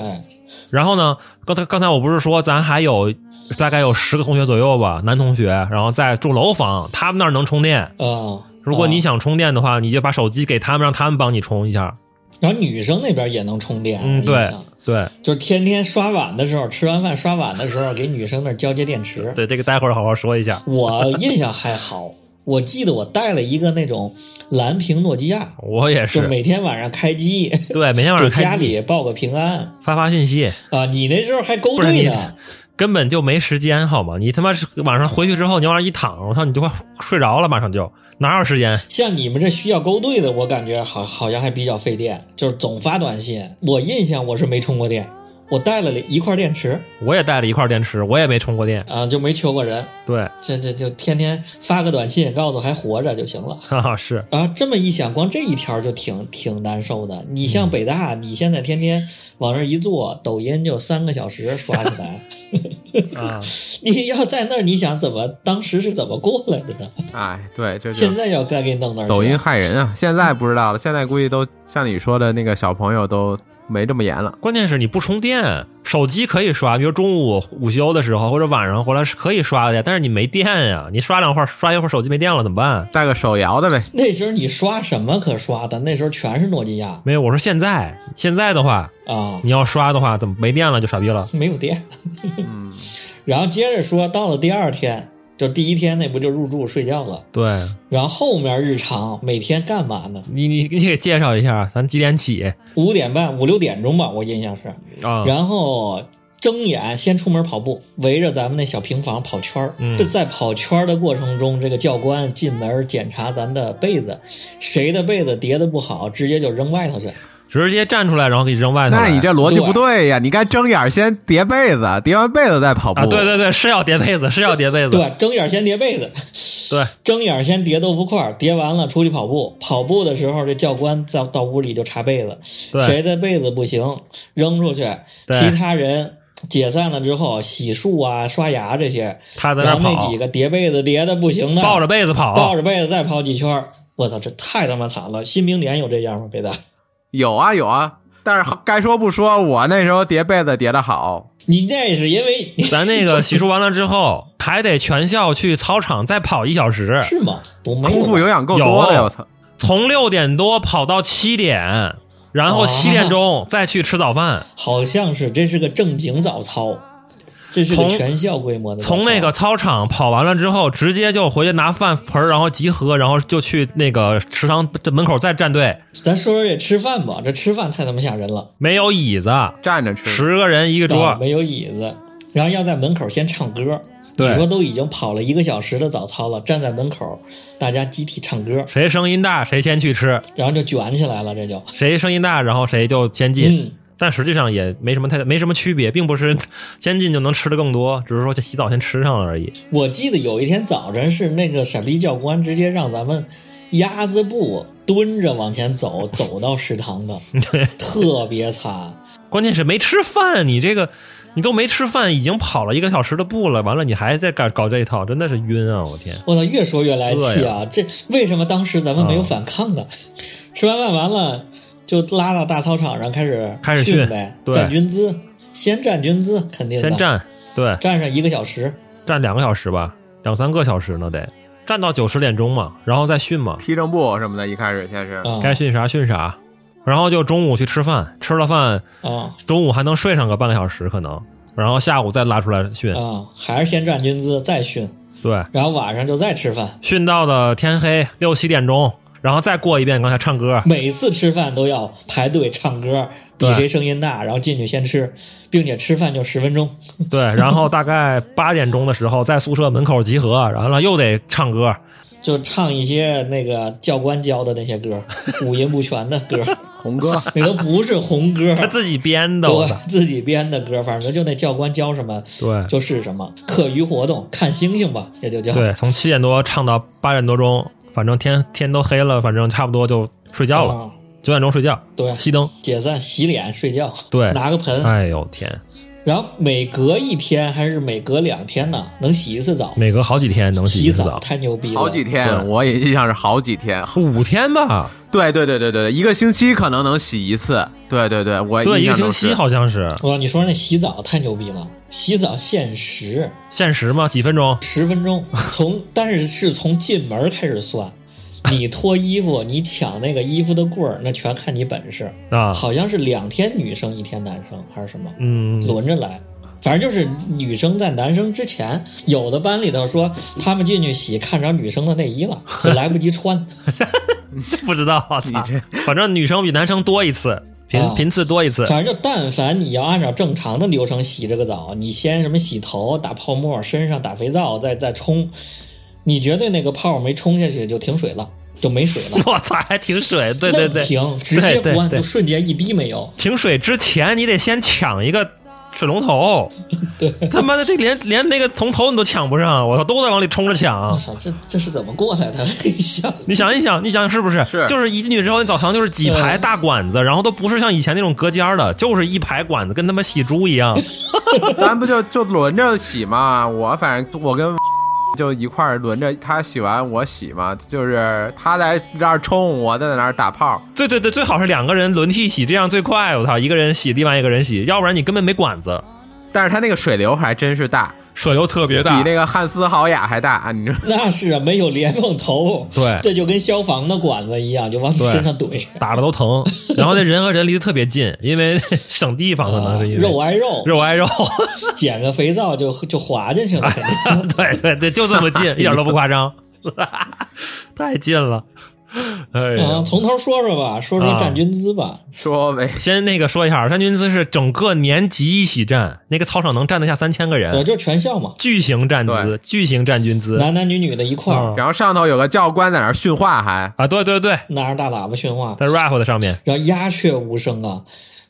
Speaker 3: 然后呢，刚才刚才我不是说咱还有大概有十个同学左右吧，男同学，然后在住楼房，他们那儿能充电。
Speaker 2: 啊，
Speaker 3: 如果你
Speaker 2: 啊，
Speaker 3: 想充电的话，你就把手机给他们，让他们帮你充一下。
Speaker 2: 然后女生那边也能充电，啊
Speaker 3: 嗯，
Speaker 2: 我印
Speaker 3: 对
Speaker 2: 象
Speaker 3: 对
Speaker 2: 就是天天刷碗的时候，吃完饭刷碗的时候，给女生那儿交接电池。
Speaker 3: 对，这个待会儿好好说一下。
Speaker 2: 我印象还好， 我记得我带了一个那种蓝屏诺基亚，
Speaker 3: 我也，
Speaker 2: 就是每天晚上开 机，
Speaker 3: 对，每天晚
Speaker 2: 给
Speaker 3: 上开
Speaker 2: 家
Speaker 3: 机
Speaker 2: 里报个平安
Speaker 3: 发发信息，
Speaker 2: 啊。你那时候还勾
Speaker 3: 不是你
Speaker 2: 兑呢，
Speaker 3: 根本就没时间，好吗？你他妈是晚上回去之后，你往上一躺，我操，你就快睡着了，马上就哪有时间？
Speaker 2: 像你们这需要勾兑的，我感觉好好像还比较费电，就是总发短信。我印象我是没充过电，我带了一块电池
Speaker 3: 我也带了一块电池，我也没充过电。
Speaker 2: 啊，就没求过人，
Speaker 3: 对，
Speaker 2: 这这就天天发个短信告诉还活着就行了。
Speaker 3: 哈哈，是
Speaker 2: 啊，这么一想，光这一条就挺挺难受的。你
Speaker 4: 嗯
Speaker 2: 像北大，你现在天天往那儿一坐，抖音就三个小时刷起来，
Speaker 3: 啊，
Speaker 2: 你要在那儿，你想怎么当时是怎么过来的呢？
Speaker 4: 哎，对，这就
Speaker 2: 现在要再给你弄那儿去，
Speaker 4: 抖音害人啊！现在不知道了，现在估计都像你说的那个小朋友都没这么严了。
Speaker 3: 关键是你不充电，手机可以刷，比如中午午休的时候或者晚上回来是可以刷的呀，但是你没电呀，你刷两会儿，刷一会儿手机没电了怎么办？
Speaker 4: 带个手摇的呗，
Speaker 2: 那时候你刷什么可刷的？那时候全是诺基亚
Speaker 3: 没有，我说现在现在的话，
Speaker 2: 啊，
Speaker 3: 你要刷的话，怎么没电了就傻逼了？
Speaker 2: 没有电。
Speaker 4: 嗯，
Speaker 2: 然后接着说，到了第二天，就第一天那不就入住睡觉了，
Speaker 3: 对
Speaker 2: 然后后面日常每天干嘛呢？
Speaker 3: 你你你给介绍一下，咱几点起
Speaker 2: 五点半五六点钟吧，我印象是，
Speaker 3: 啊？
Speaker 2: 然后睁眼先出门跑步，围着咱们那小平房跑圈儿。
Speaker 3: 嗯
Speaker 2: 这在跑圈儿的过程中，这个教官进门检查咱的被子，谁的被子叠的不好，直接就扔外头去。
Speaker 3: 直接站出来，然后给你扔外头来。
Speaker 4: 那你这逻辑不对呀！你该睁眼先叠被子，叠完被子再跑步。
Speaker 3: 啊，对对对，是要叠被子，是要叠被子，
Speaker 2: 对，睁眼先叠被子，
Speaker 3: 对，
Speaker 2: 睁眼先叠豆腐块儿，叠完了出去跑步。跑步的时候，这教官到到屋里就查被子，
Speaker 3: 对
Speaker 2: 谁的被子不行扔出去，
Speaker 3: 对
Speaker 2: 其他人。解散了之后，洗漱啊、刷牙这些，
Speaker 3: 他在那
Speaker 2: 然
Speaker 3: 儿
Speaker 2: 后那
Speaker 3: 跑
Speaker 2: 几，个叠被子叠的不行的，
Speaker 3: 抱着被子
Speaker 2: 抱
Speaker 3: 跑，
Speaker 2: 着被子再跑几圈儿。我操，这太他妈惨了！新兵连有这样吗？北大，
Speaker 4: 有啊有啊，但是该说不说，我那时候叠被子叠的好，
Speaker 2: 你那是因为你，
Speaker 3: 咱那个洗漱完了之后，还得全校去操场再跑一小时
Speaker 2: 是吗？不没
Speaker 4: 空腹
Speaker 2: 有啊
Speaker 4: 有氧够多
Speaker 3: 哎有
Speaker 4: 了，我操！
Speaker 3: 从六点多跑到七点，然后
Speaker 2: 哦
Speaker 3: 七点钟再去吃早饭，
Speaker 2: 好像是这是个正经早操，这是个
Speaker 3: 从
Speaker 2: 全校规模的早操。
Speaker 3: 从那个操场跑完了之后，直接就回去拿饭盆儿，然后集合，然后就去那个食堂这门口再站队，
Speaker 2: 咱说说这吃饭吧，这吃饭太他妈吓人了，
Speaker 3: 没有椅子，
Speaker 4: 站着吃，
Speaker 3: 十个人一个
Speaker 2: 啊
Speaker 3: 桌，
Speaker 2: 没有椅子，然后要在门口先唱歌。
Speaker 3: 对
Speaker 2: 你说都已经跑了一个小时的早操了，站在门口，大家集体唱歌，
Speaker 3: 谁声音大谁先去吃，
Speaker 2: 然后就卷起来了，这就
Speaker 3: 谁声音大然后谁就先进。
Speaker 2: 嗯，
Speaker 3: 但实际上也没什么太没什么区别，并不是 先进就能吃的更多，只是说这洗澡先吃上了而已。
Speaker 2: 我记得有一天早晨是那个傻逼教官直接让咱们鸭子步蹲着往前走，走到食堂的，特别惨。
Speaker 3: 关键是没吃饭，你这个你都没吃饭，已经跑了一个小时的步了，完了你还在搞搞这一套，真的是晕啊！我天，
Speaker 2: 我操，越说越来气啊！这为什么当时咱们没有反抗呢？吃完饭完了就拉到大操场上开始
Speaker 3: 开始训
Speaker 2: 训呗，
Speaker 3: 对
Speaker 2: 站军姿，先站军姿，肯定的，
Speaker 3: 先站对
Speaker 2: 站上一个小时，
Speaker 3: 站两个小时吧，两三个小时呢得，站到九十点钟嘛，然后再训嘛，
Speaker 4: 踢正步什么的，一开始先是
Speaker 2: 啊
Speaker 3: 该训啥训啥，然后就中午去吃饭，吃了饭
Speaker 2: 啊
Speaker 3: 中午还能睡上个半个小时可能，然后下午再拉出来训，
Speaker 2: 啊，还是先站军姿，再训，
Speaker 3: 对，
Speaker 2: 然后晚上就再吃饭。
Speaker 3: 训到了天黑六七点钟，然后再过一遍刚才唱 歌，
Speaker 2: 每次吃饭都要排队唱歌，比
Speaker 3: 对
Speaker 2: 谁声音大，然后进去先吃，并且吃饭就十分钟。
Speaker 3: 对，然后大概八点钟的时候在宿舍门口集合，然后呢又得唱歌，
Speaker 2: 就唱一些那个教官教的那些 歌，五音不全的歌，
Speaker 4: 红哥，
Speaker 2: 那都不是红歌，
Speaker 3: 他自己编的，我操
Speaker 2: 对，自己编的歌，反正就那教官教什么
Speaker 3: 对
Speaker 2: 就是什么。课余活动看星星吧，也就叫
Speaker 3: 对，从七点多唱到八点多钟，反正天天都黑了，反正差不多就睡觉了，
Speaker 2: 啊
Speaker 3: 九点钟睡觉，
Speaker 2: 对，
Speaker 3: 熄灯，
Speaker 2: 解散、洗脸、睡觉，
Speaker 3: 对
Speaker 2: 拿个盆，
Speaker 3: 哎呦天，
Speaker 2: 然后每隔一天还是每隔两天呢，能洗一次澡，
Speaker 3: 每隔好几天能洗
Speaker 2: 洗
Speaker 3: 一次澡，
Speaker 2: 太牛逼了，
Speaker 4: 好几天，
Speaker 3: 对
Speaker 4: 我也印象是好几天。
Speaker 3: 五天吧，
Speaker 4: 对对对对对，一个星期可能能洗一次。对对对，我
Speaker 3: 对，
Speaker 4: 哎印
Speaker 3: 一个
Speaker 4: 象
Speaker 3: 星
Speaker 4: 中是
Speaker 3: 期好像是
Speaker 2: 哇，啊你说那洗澡太牛逼了，洗澡限时
Speaker 3: 限时吗？几分钟？
Speaker 2: 十 分钟，从但是是从进门开始算。你脱衣服，你抢那个衣服的棍儿，那全看你本事。
Speaker 3: 啊，
Speaker 2: 好像是两天女生一天男生还是什么，
Speaker 3: 嗯，
Speaker 2: 轮着来。反正就是女生在男生之前，有的班里头说他们进去洗，看着女生的内衣了，就来不及穿。
Speaker 3: 不知道，我操反正女生比男生多一次，
Speaker 2: 啊
Speaker 3: 频频次多一次，。
Speaker 2: 反正就但凡你要按照正常的流程洗这个澡，你先什么洗头、打泡沫，身上打肥皂，再再冲，你绝对那个泡没冲下去就停水了，就没水了
Speaker 3: 我操，还停水， 对对
Speaker 2: 愣
Speaker 3: 对，
Speaker 2: 停，直接
Speaker 3: 对对
Speaker 2: 关，
Speaker 3: 对
Speaker 2: 就瞬间一滴没有。
Speaker 3: 停水之前你得先抢一个水龙头，
Speaker 2: 对，
Speaker 3: 他妈的这连连那个铜头你都抢不上，我操，都在往里冲着
Speaker 2: 我
Speaker 3: 抢。啊
Speaker 2: 操，这这是怎么过来的？ 这一下
Speaker 3: 你想一想，你想是不是？
Speaker 4: 是
Speaker 3: 就是一进去之后，那澡堂就是几排
Speaker 2: 嗯
Speaker 3: 大管子，然后都不是像以前那种隔间儿的，就是一排管子，跟他妈洗猪一 样。
Speaker 4: 咱不就就轮着洗嘛？我反正我跟 就一块儿轮着，他洗完我洗嘛，就是他在那儿冲，我在那儿打泡。
Speaker 3: 对对对，最好是两个人轮替洗，这样最快。我操，一个人洗，另外一个人洗，要不然你根本没管子，
Speaker 4: 但是他那个水流还真是大，
Speaker 3: 水流特别
Speaker 4: 比
Speaker 3: 大。
Speaker 4: 那个汉斯豪雅还大，你知道吗？
Speaker 2: 那是啊，没有莲蓬头，
Speaker 3: 对
Speaker 2: 这就跟消防的管子一样，就往你
Speaker 3: 对
Speaker 2: 身上怼，
Speaker 3: 打的都 疼，然后那人和人离得特别近，因为 省地方可能是因为
Speaker 2: 啊肉挨肉，
Speaker 3: 肉挨 肉，
Speaker 2: 捡个肥皂就就滑进去了，
Speaker 3: 哎
Speaker 2: 可能
Speaker 3: 对对对，就这么 近，一点都不夸张， 太近了。哎
Speaker 2: 嗯，
Speaker 3: 呀，啊
Speaker 2: 从头说说吧，说说站军姿吧。
Speaker 4: 说呗，
Speaker 3: 先那个说一下，山军姿是整个年级一起站，那个操场能站得下三千个
Speaker 2: 我
Speaker 3: 人，
Speaker 2: 就全校嘛，
Speaker 3: 巨型站姿，巨型站军姿
Speaker 2: 男男女女的一块儿，
Speaker 3: 嗯
Speaker 4: 然后上头有个教官在那儿训话还，
Speaker 3: 啊！对对对，
Speaker 2: 拿着大喇叭训话，
Speaker 3: 在 rap 的上面，
Speaker 2: 然后鸦雀无声啊，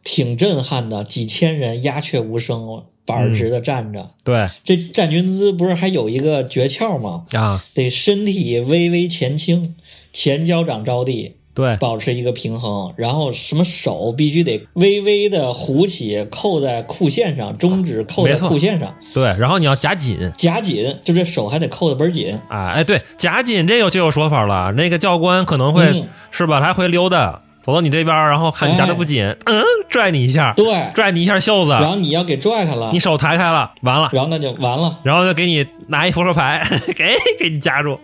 Speaker 2: 挺震撼的，几千人鸦雀无声，板儿直的站着。
Speaker 3: 对
Speaker 2: 这站军姿不是还有一个诀窍吗？
Speaker 3: 啊，
Speaker 2: 得身体微微前倾，前脚掌着地，
Speaker 3: 对
Speaker 2: 保持一个平衡，然后什么手必须得微微的鼓起，扣在裤线上，中指扣在
Speaker 3: 没错
Speaker 2: 裤线上，
Speaker 3: 对，然后你要夹紧。
Speaker 2: 夹紧，就这手还得扣的倍儿紧。
Speaker 3: 啊，哎，对，夹紧这个就有说法了。那个教官可能会、
Speaker 2: 嗯哎
Speaker 3: 是吧，来回溜达，走到你这边儿，然后看你夹的不紧，嗯，拽你一下，
Speaker 2: 对，
Speaker 3: 拽你一下袖子，
Speaker 2: 然后你要给拽开了
Speaker 3: 啊你，手抬开了，完了，
Speaker 2: 然后那就完了。
Speaker 3: 然后再给你拿一扑克牌，给给你夹住，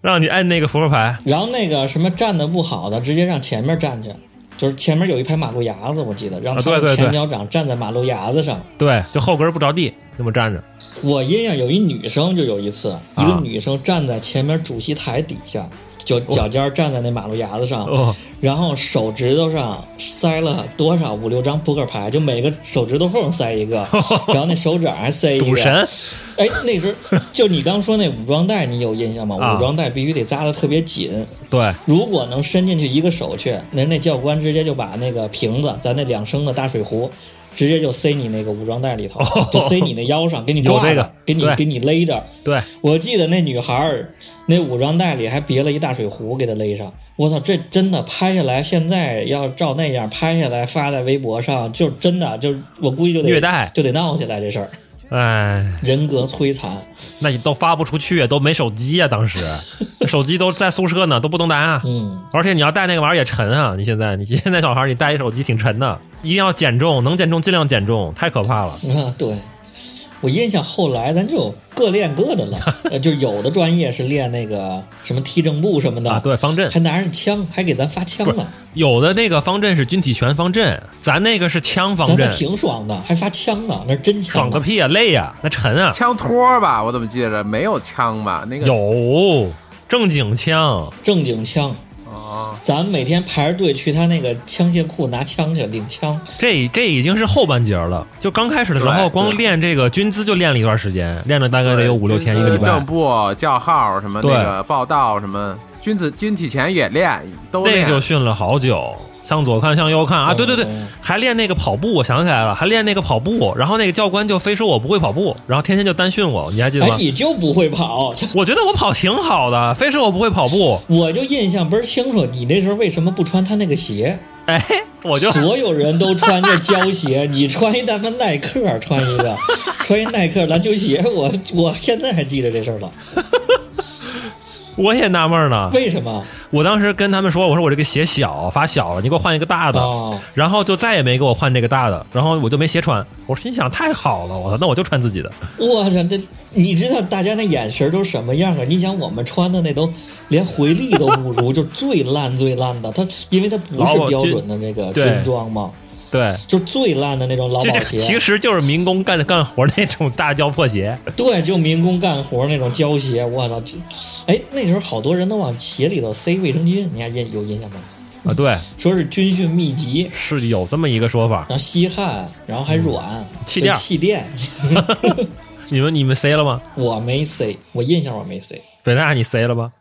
Speaker 3: 让你摁那个扑克牌。
Speaker 2: 然后那个什么站的不好的，直接让前面站去，就是前面有一排马路牙子，我记得让
Speaker 3: 啊
Speaker 2: 他
Speaker 3: 对
Speaker 2: 们
Speaker 3: 对对
Speaker 2: 前脚掌站在马路牙子上。
Speaker 3: 对，就后跟儿不着地，那么站着。
Speaker 2: 我印象有一女生就有一次，
Speaker 3: 啊
Speaker 2: 一个女生站在前面主席台底下，脚脚尖儿站在那马路牙子上，
Speaker 3: 哦，
Speaker 2: 然后手指头上塞了多少五六张扑克牌，就每个手指头缝塞一个，然后那手掌还塞一个。
Speaker 3: 哦赌神！
Speaker 2: 哎，那时候就你刚说那武装带，你有印象吗？
Speaker 3: 啊
Speaker 2: 武装带必须得扎得特别紧，
Speaker 3: 对
Speaker 2: 如果能伸进去一个手去，那那教官直接就把那个瓶子，咱那两升的大水壶。直接就塞你那个武装带里头，
Speaker 3: 哦
Speaker 2: 就塞你那腰上，给你
Speaker 3: 有
Speaker 2: 挂
Speaker 3: 这
Speaker 2: 着，
Speaker 3: 个
Speaker 2: 给你
Speaker 3: 对
Speaker 2: 给你勒着，
Speaker 3: 对，
Speaker 2: 我记得那女孩儿那武装袋里还别了一大水壶，给她勒上。我操，这真的拍下来，现在要照那样拍下来发在微博上，就真的就我估计就得
Speaker 3: 虐待
Speaker 2: 就得闹起来这事儿，
Speaker 3: 哎，
Speaker 2: 人格摧残。
Speaker 3: 那你都发不出去，啊都没手机呀、当时 手机都在宿舍呢，都不能拿啊。
Speaker 2: 嗯，
Speaker 3: 而且你要带那个玩意儿也沉啊！你现在你现在小孩儿你带一手机挺沉的，一定要减重，能减重尽量减重，太可怕了。
Speaker 2: 啊对。我印象后来咱就各练各 的了，呃，就有的专业是练那个什么踢正步什么的，
Speaker 3: 啊，对，方阵
Speaker 2: 还拿着枪，还给咱发枪呢，
Speaker 3: 有的那个方阵是军体拳方阵，咱那个是枪方
Speaker 2: 咱那
Speaker 3: 阵，
Speaker 2: 挺爽的，还发枪呢，那是真枪
Speaker 3: 爽
Speaker 2: 呢。
Speaker 3: 个屁啊，累啊，那沉啊，
Speaker 4: 枪托吧，我怎么记着没有枪吧？那个
Speaker 3: 有正经枪，
Speaker 2: 正经枪。
Speaker 4: 哦，
Speaker 2: 咱每天排着队去他那个枪械库拿枪去领枪，
Speaker 3: 这这已经是后半截了。就刚开始的时
Speaker 4: 对
Speaker 3: 候，
Speaker 4: 对
Speaker 3: 光练这个军姿就练了一段时间，练了大概得有五六天一
Speaker 4: 军
Speaker 3: 个
Speaker 4: 姿
Speaker 3: 礼拜
Speaker 4: 正。步、叫号什么那
Speaker 3: 对
Speaker 4: 个报道什么，军子军体前也练，都
Speaker 3: 那
Speaker 4: 练。
Speaker 3: 就训了好久，向左看，向右看啊！
Speaker 2: 嗯
Speaker 3: 对对对
Speaker 2: 嗯，
Speaker 3: 还练那个跑步，我想起来了，还练那个跑步。然后那个教官就非说我不会跑步，然后天天就单训我，你还记得
Speaker 2: 哎
Speaker 3: 吗，？
Speaker 2: 你就不会跑，
Speaker 3: 我觉得我跑挺好的，非说我不会跑步。
Speaker 2: 我就印象倍儿清楚。你那时候为什么不穿他那个鞋？
Speaker 3: 哎，我就
Speaker 2: 所有人都穿着 胶鞋，你穿一他妈耐克，穿一个，穿一耐克篮球鞋。我我现在还记得这事儿了，
Speaker 3: 我也纳闷呢，
Speaker 2: 为什么？
Speaker 3: 我当时跟他们说，我说我这个鞋小，发小了，你给我换一个大的。
Speaker 2: 哦
Speaker 3: 然后就再也没给我换这个大的，然后我就没鞋穿。我心想太好了，我操，那我就穿自己的。
Speaker 2: 我操，这你知道大家那眼神都什么样啊？你想我们穿的那都连回力都不如，就最烂最烂的。它因为它不
Speaker 3: 老
Speaker 2: 是
Speaker 3: 保
Speaker 2: 标
Speaker 3: 军
Speaker 2: 准的那个
Speaker 3: 对
Speaker 2: 军装嘛，
Speaker 3: 对，
Speaker 2: 就最烂的那种劳
Speaker 3: 其
Speaker 2: 保
Speaker 3: 实其
Speaker 2: 鞋。
Speaker 3: 实就是民工干干活那种大胶破鞋。
Speaker 2: 对，就民工干活那种胶鞋。我操，这哎那时候好多人都往鞋里头塞卫生巾，你还印有印象吗？
Speaker 3: 啊，对，
Speaker 2: 说是军训秘籍，
Speaker 3: 是有这么一个说法。
Speaker 2: 然后吸汗，然后还软，
Speaker 3: 气垫儿
Speaker 2: 就嗯气垫。
Speaker 3: 你们你们塞了吗？
Speaker 2: 我没塞，我印象我没塞，
Speaker 3: 北大你塞了 吗？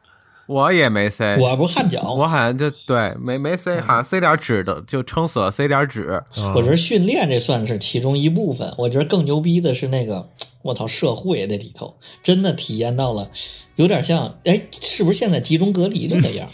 Speaker 4: 我也没塞，
Speaker 2: 我不是汗脚，
Speaker 4: 我好像就对没没塞，
Speaker 2: 嗯
Speaker 4: 好像塞点纸的就撑死了，塞点纸。
Speaker 3: 啊
Speaker 2: 我觉得训练这算是其中一部分。我觉得更牛逼的是那个，我操，社会那里头真的体验到了，有点像，哎，是不是现在集中隔离就那样？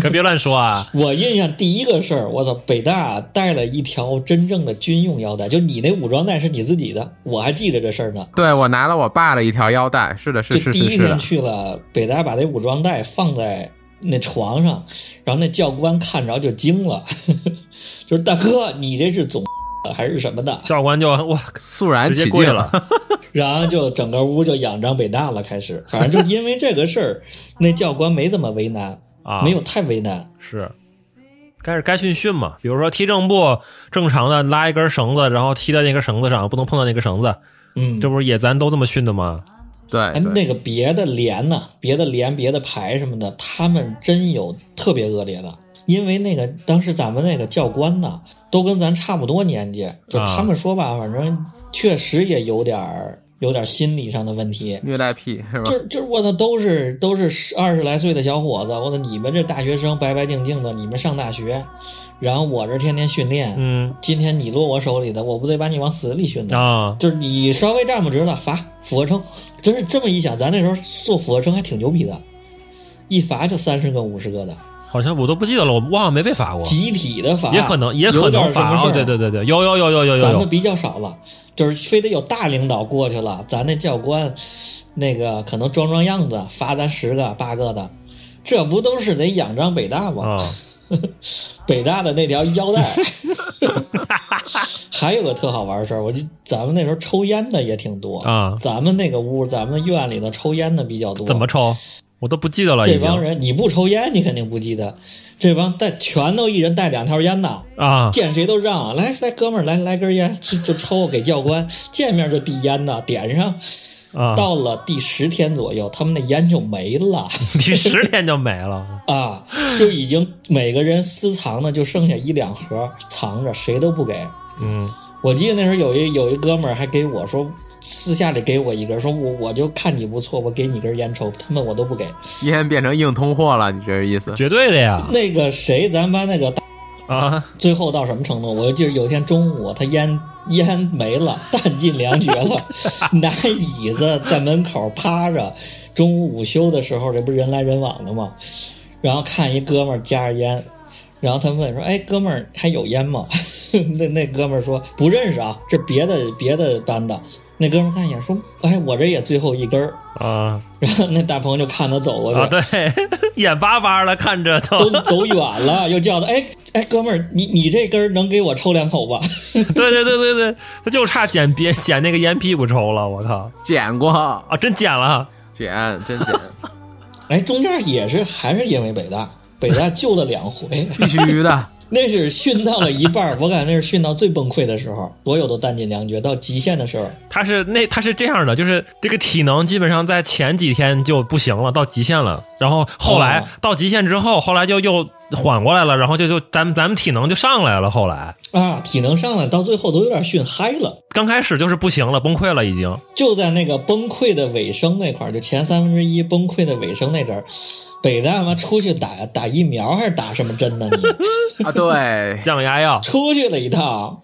Speaker 3: 可别乱说啊！
Speaker 2: 我印象第一个事儿，我操，北大带了一条真正的军用腰带，就你那武装带是你自己的，我还记着这事儿呢。
Speaker 4: 对我拿了我爸的一条腰带，是的，是
Speaker 2: 就是第一
Speaker 4: 是是
Speaker 2: 天
Speaker 4: 的，
Speaker 2: 去了北大，把那武装带放在那床上，然后那教官看着就惊了， 就是大哥，你这是总的还是什么的？
Speaker 3: 教官就哇，
Speaker 4: 肃然
Speaker 3: 直接
Speaker 4: 起
Speaker 3: 跪
Speaker 4: 敬
Speaker 3: 了。
Speaker 2: 然后就整个屋就仰仗北大了，开始，反正就因为这个事儿，那教官没怎么为难，
Speaker 3: 啊，
Speaker 2: 没有太为难。
Speaker 3: 是，该是该训训嘛。比如说踢正步，正常的拉一根绳子，然后踢在那根绳子上，不能碰到那根绳子。
Speaker 2: 嗯，
Speaker 3: 这不是也咱都这么训的吗？
Speaker 4: 对
Speaker 2: 哎，
Speaker 4: 对，
Speaker 2: 那个别的连呐，别的连、别的排什么的，他们真有特别恶劣的，因为那个当时咱们那个教官呐，都跟咱差不多年纪，就
Speaker 3: 啊
Speaker 2: 他们说吧，反正确实也有点儿有点儿心理上的问题。
Speaker 4: 虐待癖是吧
Speaker 2: 就？就我操，都是都是十二十来岁的小伙子，我操，你们这大学生白白净净的，你们上大学，然后我这天天训练，
Speaker 3: 嗯
Speaker 2: 今天你落我手里的，我不得把你往死里训的
Speaker 3: 啊，
Speaker 2: 就是你稍微站不直了，罚俯卧撑。真是这么一想，咱那时候做俯卧撑还挺牛逼的，一罚就三十个、五十个的，
Speaker 3: 好像我都不记得了，我我好像没被罚过，
Speaker 2: 集体的罚，
Speaker 3: 也可能也可
Speaker 2: 啊有点
Speaker 3: 能
Speaker 2: 什
Speaker 3: 罚
Speaker 2: 么事
Speaker 3: 哦
Speaker 2: 儿
Speaker 3: 对对对对，有有有有有
Speaker 2: 咱
Speaker 3: 有
Speaker 2: 们
Speaker 3: 有，
Speaker 2: 比较少了，就是非得有大领导过去了，咱那教官那个可能装装样子，罚咱十个、八个的，这不都是得仰仗北大吗？
Speaker 3: 啊，
Speaker 2: 北大的那条腰带。 还有个特好玩的事儿，我就咱们那时候抽烟的也挺多
Speaker 3: 啊
Speaker 2: 咱们那个屋，咱们院里头抽烟的比较多。
Speaker 3: 怎么抽？我都不记得了，
Speaker 2: 这
Speaker 3: 已
Speaker 2: 帮
Speaker 3: 经
Speaker 2: 人你不抽烟，你肯定不记得。这帮带全都一人带两条烟呐，
Speaker 3: 啊，
Speaker 2: 见谁都让，来来哥们儿，来来根烟就就抽给教官，见面就递烟呐，点上。
Speaker 3: 啊，
Speaker 2: 到了第十天左右，他们那烟就没了
Speaker 3: 第十天就没了，
Speaker 2: 啊，就已经每个人私藏的就剩下一两盒藏着，谁都不给。
Speaker 3: 嗯，
Speaker 2: 我记得那时候有一有一哥们儿还给我说，私下里给我一根，说我我就看你不错，我给你根烟抽，他们我都不给。
Speaker 4: 烟变成硬通货了，你这是意思？
Speaker 3: 绝对的呀，
Speaker 2: 那个谁，咱班那个
Speaker 3: 啊，
Speaker 2: 最后到什么程度？我就记得有一天中午，他烟烟没了，弹尽粮绝了，拿椅子在门口趴着。中午午休的时候，这不人来人往的吗？然后看一哥们儿夹着烟，然后他问说：“哎，哥们儿还有烟吗？” 那那哥们儿说：“不认识啊，这别的别的班的。”那哥们儿看一眼说：“哎，我这也最后一根儿。
Speaker 3: 啊”
Speaker 2: 然后那大鹏就看他走过 去，
Speaker 3: 啊，对，眼巴巴的看着
Speaker 2: 都
Speaker 3: 都，
Speaker 2: 走远了，又叫他：“哎，哎，哥们儿，你你这根儿能给我抽两口吧？
Speaker 3: 对对对对对，他就差捡别捡那个烟屁股抽了，我靠
Speaker 4: 捡过，
Speaker 3: 啊，真捡了，
Speaker 4: 捡真 捡，
Speaker 2: 哎，中间也是还是因为北大，北大救了两回，
Speaker 4: 必须的。
Speaker 2: 那是训到了一半儿，我感觉那是训到最崩溃的时候，所有都弹尽粮绝，到极限的时候，
Speaker 3: 他是那他是这样的，就是这个体能基本上在前几天就不行了，到极限了，然后后来、
Speaker 2: 哦
Speaker 3: 到极限之后，后来就又缓过来了，然后就就咱们咱们体能就上来了，后来
Speaker 2: 啊，体能上来到最后都有点训嗨了，
Speaker 3: 刚开始就是不行了，崩溃了已经，
Speaker 2: 就在那个崩溃的尾声那块儿，就前三分之一崩溃的尾声那阵儿，北大妈出去打打疫苗还是打什么针呢你？
Speaker 4: 啊，对，
Speaker 3: 降压药，
Speaker 2: 出去了一趟，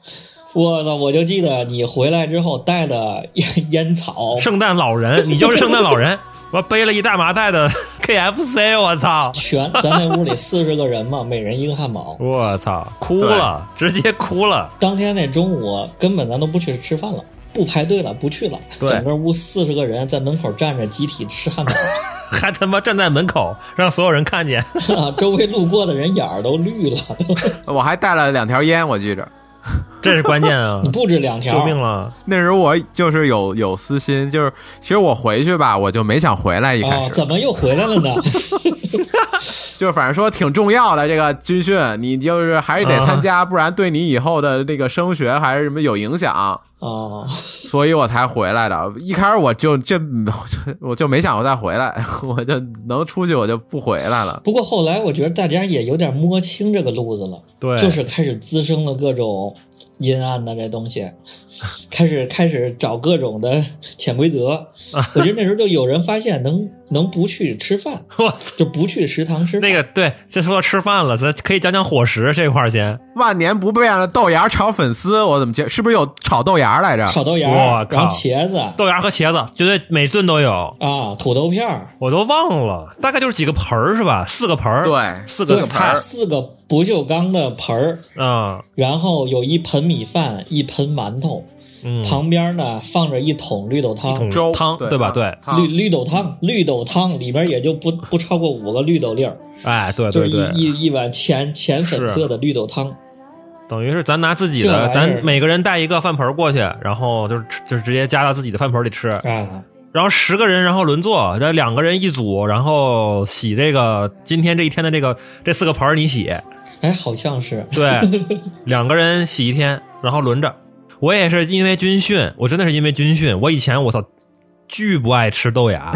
Speaker 2: 我操！我就记得你回来之后带的烟烟草，
Speaker 3: 圣诞老人，你就是圣诞老人，我背了一大麻袋的 KFC，我操！
Speaker 2: 全咱那屋里四十个人嘛，每人一个汉堡。
Speaker 3: 我操，哭了，直接哭了。
Speaker 2: 当天那中午根本咱都不去吃饭了，不排队了，不去了。
Speaker 3: 对
Speaker 2: 整个屋四十个人在门口站着，集体吃汉堡，
Speaker 3: 还他妈站在门口让所有人看见，
Speaker 2: 啊周围路过的人眼儿都绿了，都！
Speaker 4: 我还带了两条烟，我记着。
Speaker 3: 这是关键啊
Speaker 2: 不止两条
Speaker 3: 救。命了！
Speaker 4: 那时候我就是有有私心，就是其实我回去吧，我就没想回来。一开
Speaker 2: 啊、
Speaker 4: 始、
Speaker 2: 怎么又回来了呢？
Speaker 4: 就是反正说挺重要的这个军训，你就是还是得参加，不然对你以后的这个升学还是什么有影响，
Speaker 2: 啊，
Speaker 4: 所以我才回来的。一开始我就这我就没想过再回来， 我就能出去我就不回来了。
Speaker 2: 不过后来我觉得大家也有点摸清这个路子了，
Speaker 3: 对
Speaker 2: 就是开始滋生了各种阴暗的这东西，开始开始找各种的潜规则。
Speaker 3: 啊
Speaker 2: 我觉得那时候就有人发现能能不去吃饭，
Speaker 3: 我操，
Speaker 2: 就不去食堂吃饭
Speaker 3: 那个对，先说到吃饭了，咱可以讲讲伙食这块儿先。
Speaker 4: 万年不变的豆芽炒粉丝，我怎么记？是不是有 炒豆芽来
Speaker 3: 啊
Speaker 4: 着？
Speaker 2: 炒豆芽
Speaker 3: 我
Speaker 2: 儿，
Speaker 3: 靠
Speaker 2: 然后茄子
Speaker 3: 豆芽和茄子，绝对每顿都有，
Speaker 2: 啊，土豆片儿，
Speaker 3: 我都忘了，大概就是几个盆儿是吧？四个盆儿，
Speaker 4: 对
Speaker 3: 四
Speaker 2: 对
Speaker 3: 个，菜，
Speaker 2: 四个不锈钢的盆儿，
Speaker 3: 嗯
Speaker 2: 然后有一盆米饭，一盆馒头，
Speaker 3: 嗯，
Speaker 2: 旁边呢放着一桶绿豆汤，
Speaker 3: 桶
Speaker 4: 粥
Speaker 3: 汤
Speaker 4: 对
Speaker 3: 对吧？
Speaker 4: 汤
Speaker 3: 对，
Speaker 4: 汤
Speaker 2: 绿绿豆汤，绿豆汤里边也就不不超过五个绿豆粒儿，
Speaker 3: 哎，对
Speaker 2: 就
Speaker 3: 对
Speaker 2: 是
Speaker 3: 对，
Speaker 2: 一一一碗浅浅粉色的绿豆汤。
Speaker 3: 等于是咱拿自己
Speaker 2: 这玩意
Speaker 3: 的，
Speaker 2: 儿
Speaker 3: 咱每个人带一个饭盆儿过去，然后就是吃就是直接夹到自己的饭盆儿里吃，
Speaker 2: 啊，
Speaker 3: 然后十个人，然后轮坐，这两个人一组，然后洗这个今天这一天的这个这四个盆儿你 洗，
Speaker 2: 哎，好像是
Speaker 3: 对，两个人洗一天，然后轮着。我也是因为军训，我真的是因为军训，我以前我操。巨不爱吃豆 芽，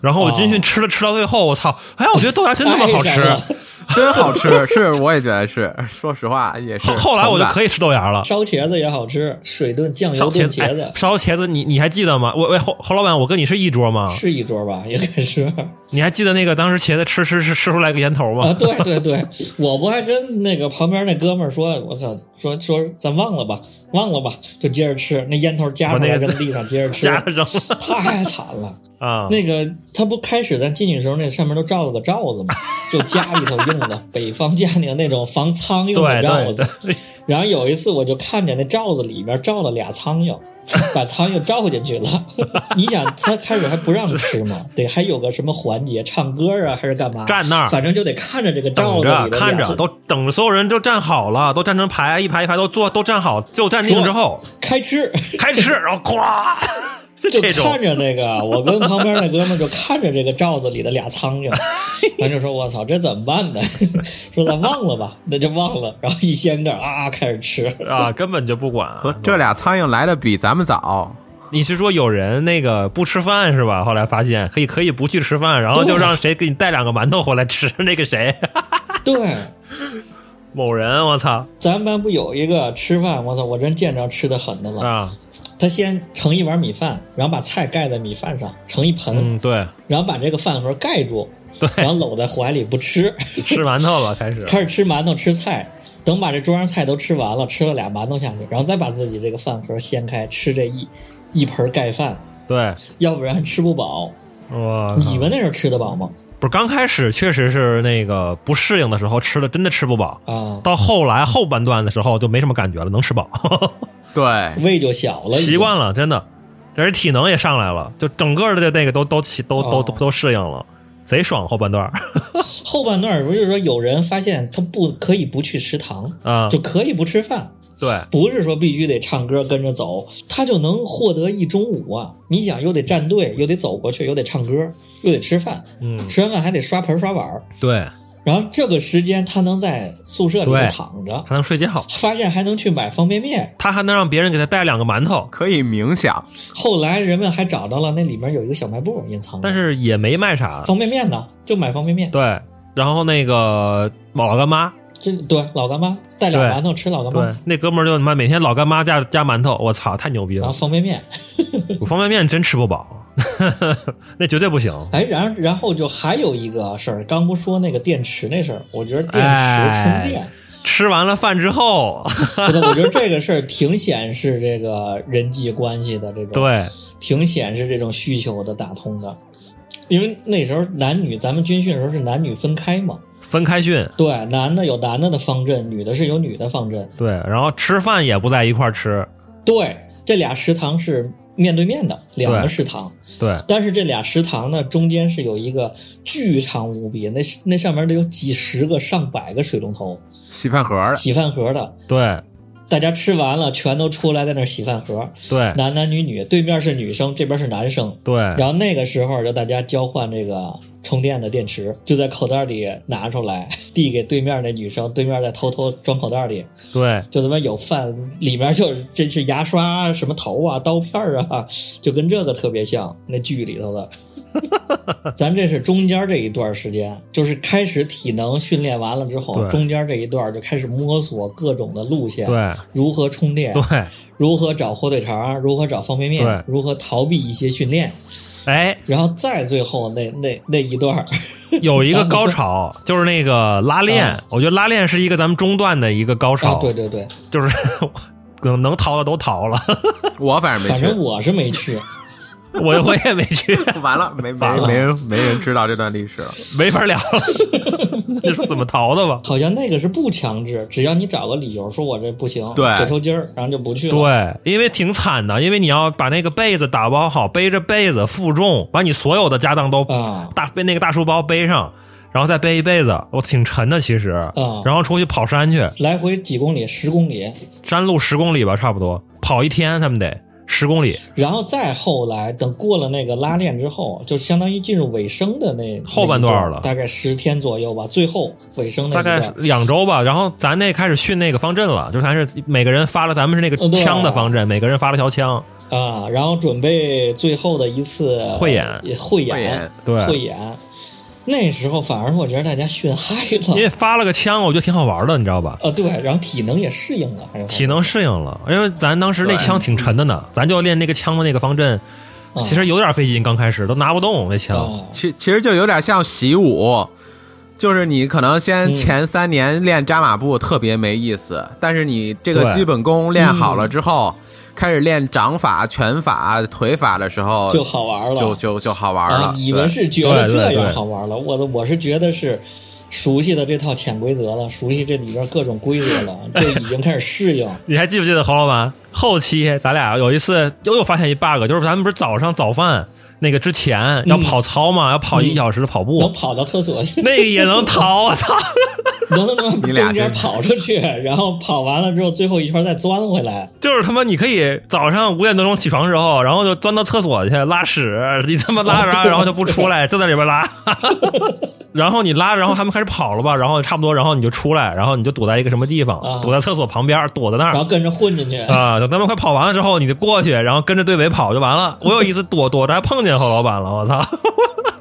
Speaker 3: 然后我军训吃了吃到最后，我操！哎呀，我觉得豆 芽真他妈好
Speaker 2: 爱
Speaker 3: 吃啊
Speaker 2: 上。了
Speaker 4: 真好吃，是我也觉得是。 说实话也是。
Speaker 3: 后后来我就可
Speaker 4: 以
Speaker 3: 以吃豆芽了。
Speaker 2: 烧茄子也好吃，水炖 酱
Speaker 3: 烧
Speaker 2: 油
Speaker 3: 茄
Speaker 2: 炖
Speaker 3: 子，
Speaker 2: 茄
Speaker 3: 哎
Speaker 2: 子、
Speaker 3: 烧茄子，你你还记得吗？我我侯侯老板，我跟你是一桌 吗？
Speaker 2: 是一桌吧，应该是
Speaker 3: 你还记得那个当时茄子吃吃吃吃出来个烟头吗？
Speaker 2: 啊，对对对，我不还跟那个旁边那哥们儿说，我操，说说咱忘了吧，忘了吧，就接着吃，那烟头夹出来
Speaker 3: 把那个
Speaker 2: 扔地上 接着吃，
Speaker 3: 夹着扔了
Speaker 2: 太惨了。
Speaker 3: 啊！
Speaker 2: 那个他不开始咱进去的时候，那上面都罩了个罩子嘛，就家里头用 的，北方家里的那种防苍蝇的
Speaker 3: 对
Speaker 2: 罩
Speaker 3: 对
Speaker 2: 子。
Speaker 3: 对，
Speaker 2: 然后有一次我就看见那罩子里边罩了俩苍蝇， 把苍蝇罩进去了。 你想他开始还不让 吃嘛，得还有个什么环节，唱歌啊还是干嘛？
Speaker 3: 站那儿
Speaker 2: 反正就得看着这个罩
Speaker 3: 等
Speaker 2: 子
Speaker 3: 着
Speaker 2: 里边
Speaker 3: 看着，都等着所有人都站好了，都站成排，一排一排都坐都站好，就站定之后
Speaker 2: 开吃。
Speaker 3: 开吃，然后咵，就
Speaker 2: 就
Speaker 3: 这种
Speaker 2: 看着那 个，我跟旁边那哥们儿就看着这个罩子里的俩苍蝇，然后就说：“我操，这怎么办呢？” 说：“咱忘了吧，那就忘了。”然后一掀盖啊，开始 吃。
Speaker 3: 啊，根本就不管。
Speaker 4: 和这俩苍蝇来的比咱们早，
Speaker 3: 你是说有人那个不吃饭是吧？后来发现可以可以不去吃饭，然后就
Speaker 2: 对
Speaker 3: 让谁给你带两个馒头回来吃？那个谁，
Speaker 2: 对，
Speaker 3: 某人，我操
Speaker 2: 咱们班不有一个吃饭，我操，我真见着吃的狠的了。
Speaker 3: 啊！
Speaker 2: 他先盛一碗米饭，然后把菜盖在米饭上，盛一盆，
Speaker 3: 嗯，对，
Speaker 2: 然后把这个饭盒盖住，然后搂在怀里不吃，
Speaker 3: 吃馒头了，开始
Speaker 2: 开始吃馒头吃菜。等把这桌上菜都吃完了，吃了俩馒头下去，然后再把自己这个饭盒掀开，吃这一一盆盖饭，
Speaker 3: 对，
Speaker 2: 要不然吃不饱。
Speaker 3: 哇，
Speaker 2: 你们那时候吃得饱吗？
Speaker 3: 不是刚开始确实是那个不适应的时候吃的真的吃不饱，
Speaker 2: 啊，
Speaker 3: 到后来后半段的时候就没什么感觉了，能吃饱。
Speaker 4: 对，
Speaker 2: 胃就小了，
Speaker 3: 习惯了，真的，这人体能也上来了，就整个的那个都都起都都
Speaker 2: 哦
Speaker 3: 都都适应了。贼爽后半段儿
Speaker 2: 后半段儿不是说有人发现他不可以不去食堂，
Speaker 3: 啊
Speaker 2: 就，可以不吃饭，
Speaker 3: 对，
Speaker 2: 不是说必须得唱歌跟着走，他就能获得一中午啊！你想，又得站队，又得走过去，又得唱歌，又得吃饭，
Speaker 3: 嗯，
Speaker 2: 吃完饭还得刷盆刷碗儿，
Speaker 3: 对，
Speaker 2: 然后这个时间他能在宿舍里
Speaker 3: 对
Speaker 2: 头躺着，
Speaker 3: 还能睡觉，
Speaker 2: 发现还能去买方便面。
Speaker 3: 他还能让别人给他带两个馒头，
Speaker 4: 可以冥想，
Speaker 2: 后来人们还找到了那里面有一个小卖部隐藏着，
Speaker 3: 但是也没卖啥，
Speaker 2: 方便面呢，就买方便面。
Speaker 3: 对。然后那个老干妈，
Speaker 2: 这对老干妈带俩
Speaker 3: 对
Speaker 2: 馒头吃老干
Speaker 3: 对
Speaker 2: 妈，，
Speaker 3: 那哥们儿就他妈每天老干妈加加馒头，我操，太牛逼
Speaker 2: 然
Speaker 3: 了
Speaker 2: 后！方便面。
Speaker 3: 我方便面真吃不饱， 那绝对不行。
Speaker 2: 哎，然然后就还有一个事儿，刚不说那个电池那事儿，我觉得电
Speaker 3: 哎
Speaker 2: 池充电，
Speaker 3: 吃完了饭之后，
Speaker 2: 不是，我觉得这个事儿挺显示这个人际关系的这种，，
Speaker 3: 对，
Speaker 2: 挺显示这种需求的打通的。因为那时候男女，咱们军训的时候是男女分开嘛，
Speaker 3: 分开训，
Speaker 2: 对，男的有男的的方阵，女的是有女的方阵，
Speaker 3: 对，然后吃饭也不在一块儿吃，
Speaker 2: 对，这俩食堂是面对面的两个
Speaker 3: 对
Speaker 2: 食堂，
Speaker 3: 对，
Speaker 2: 但是这俩食堂呢，中间是有一个巨长无比，那那上面得有几十个、上百个水龙头、
Speaker 4: 稀饭盒儿
Speaker 2: 洗饭盒的。
Speaker 3: 对，
Speaker 2: 大家吃完了，全都出来在那儿洗饭盒，
Speaker 3: 对，
Speaker 2: 男男女女，对面是女生，这边是男生。
Speaker 3: 对，
Speaker 2: 然后那个时候就大家交换这个充电的电池，就在口袋里拿出来递给对面那女生，对面再偷偷装口袋里，
Speaker 3: 对，
Speaker 2: 就他妈有饭，里面就是真是牙刷、什么头啊、刀片儿啊，就跟这个特别像那剧里头的。 咱这是中间这一段时间，就是开始体能训练完了之后，
Speaker 3: 对
Speaker 2: 中间这一段就开始摸索各种的路线，
Speaker 3: 对，
Speaker 2: 如何充电，
Speaker 3: 对，
Speaker 2: 如何找火腿肠，啊如何找方便面
Speaker 3: 对，
Speaker 2: 如何逃避一些训练，
Speaker 3: 哎，
Speaker 2: 然后再最后那那那一段儿，
Speaker 3: 有一个高潮，就是那个拉
Speaker 2: 啊
Speaker 3: 练，我觉得拉练是一个咱们中段的一个高
Speaker 2: 啊，
Speaker 3: 潮，
Speaker 2: 对对对，
Speaker 3: 就是能能逃的都逃了，
Speaker 4: 我反正没
Speaker 2: 反正
Speaker 4: 去，
Speaker 2: 我是没去，
Speaker 3: 我我也没去，
Speaker 4: 完了，没没
Speaker 3: 完了
Speaker 4: 没人没人知道这段历史了。
Speaker 3: 没法聊了，你说怎么逃的吧？
Speaker 2: 好像那个是不强制，只要你找个理由说我这不行，
Speaker 4: 对
Speaker 2: 腿抽筋儿，然后就不去了。
Speaker 3: 对，因为挺惨的，因为你要把那个被子打包好，背着被子负重，把你所有的家当都
Speaker 2: 啊
Speaker 3: 大背那个大书包背上，然后再背一被子，我挺沉的其实。
Speaker 2: 啊
Speaker 3: 然后出去跑山去，
Speaker 2: 来回几公里，十公里，
Speaker 3: 山路十公里吧，差不多，跑一天他们得十公里，
Speaker 2: 然后再后来，等过了那个拉练之后，就相当于进入尾声的那
Speaker 3: 后半段了
Speaker 2: 那一大概十天左右吧，最后尾声那
Speaker 3: 大
Speaker 2: 一段
Speaker 3: 概两周吧。然后咱那开始训那个方阵了，就咱是每个人发了，咱们是那个
Speaker 2: 哦对啊
Speaker 3: 枪的方阵，每个人发了条枪，
Speaker 2: 啊，然后准备最后的一次
Speaker 3: 汇演
Speaker 2: 也汇
Speaker 4: 汇
Speaker 2: 演
Speaker 4: 演，
Speaker 3: 对
Speaker 2: 汇演。那时候反而我觉得大家训嗨
Speaker 3: 因为
Speaker 2: 了，
Speaker 3: 发了个枪，我觉得挺好玩的，你知道吧？
Speaker 2: 呃，对，然后体能也适应了，还有
Speaker 3: 体能适应了，因为咱当时那枪挺沉的呢，咱就练那个枪的那个方阵，
Speaker 2: 嗯
Speaker 3: 其实有点费劲，刚开始都拿不动那枪。
Speaker 2: 啊，
Speaker 4: 其其实就有点像习武，就是你可能
Speaker 3: 嗯
Speaker 4: 先前三年练扎马步特别没意思，但是你这个
Speaker 3: 对嗯
Speaker 4: 基本功练好了之后，开始练掌法、拳法、腿法的时候，
Speaker 2: 啊就好玩了，
Speaker 4: 就就就好玩了。
Speaker 2: 啊。你们
Speaker 4: 对
Speaker 2: 是觉得
Speaker 3: 对对
Speaker 2: 这样
Speaker 3: 对
Speaker 2: 好玩了，我的我是觉得是熟悉的这套潜规则了，熟悉这里边各种规则了，就已经开始适 应。
Speaker 3: 你还记不记得侯老板？后期咱俩有一次又又发现一 bug，就是咱们不是早上早饭那个之前要跑操嘛，要跑一小时的跑
Speaker 2: 能
Speaker 3: 步，
Speaker 2: 跑到厕所去，
Speaker 3: 那个也能逃，我操！
Speaker 2: 能他妈
Speaker 4: 你俩
Speaker 2: 中间
Speaker 4: 真
Speaker 2: 跑出去，然后跑完了之后，最后一圈再钻回来。
Speaker 3: 就是他妈你可以早上五点多钟起床时候，然后就钻到厕所去拉屎，你他妈拉着拉，然后就不出来，就在里边拉。然后你拉，然后他们开始跑了吧，然后差不多，然后你就出来，然后你就躲在一个什么地方
Speaker 2: 啊，
Speaker 3: 躲在厕所旁边，躲在那
Speaker 2: 然
Speaker 3: 儿
Speaker 2: 后跟着混进去，
Speaker 3: 啊。等他们快跑完了之后，你就过去，然后跟着队尾跑就完了。我有一次躲躲着还碰见侯老板了，我操！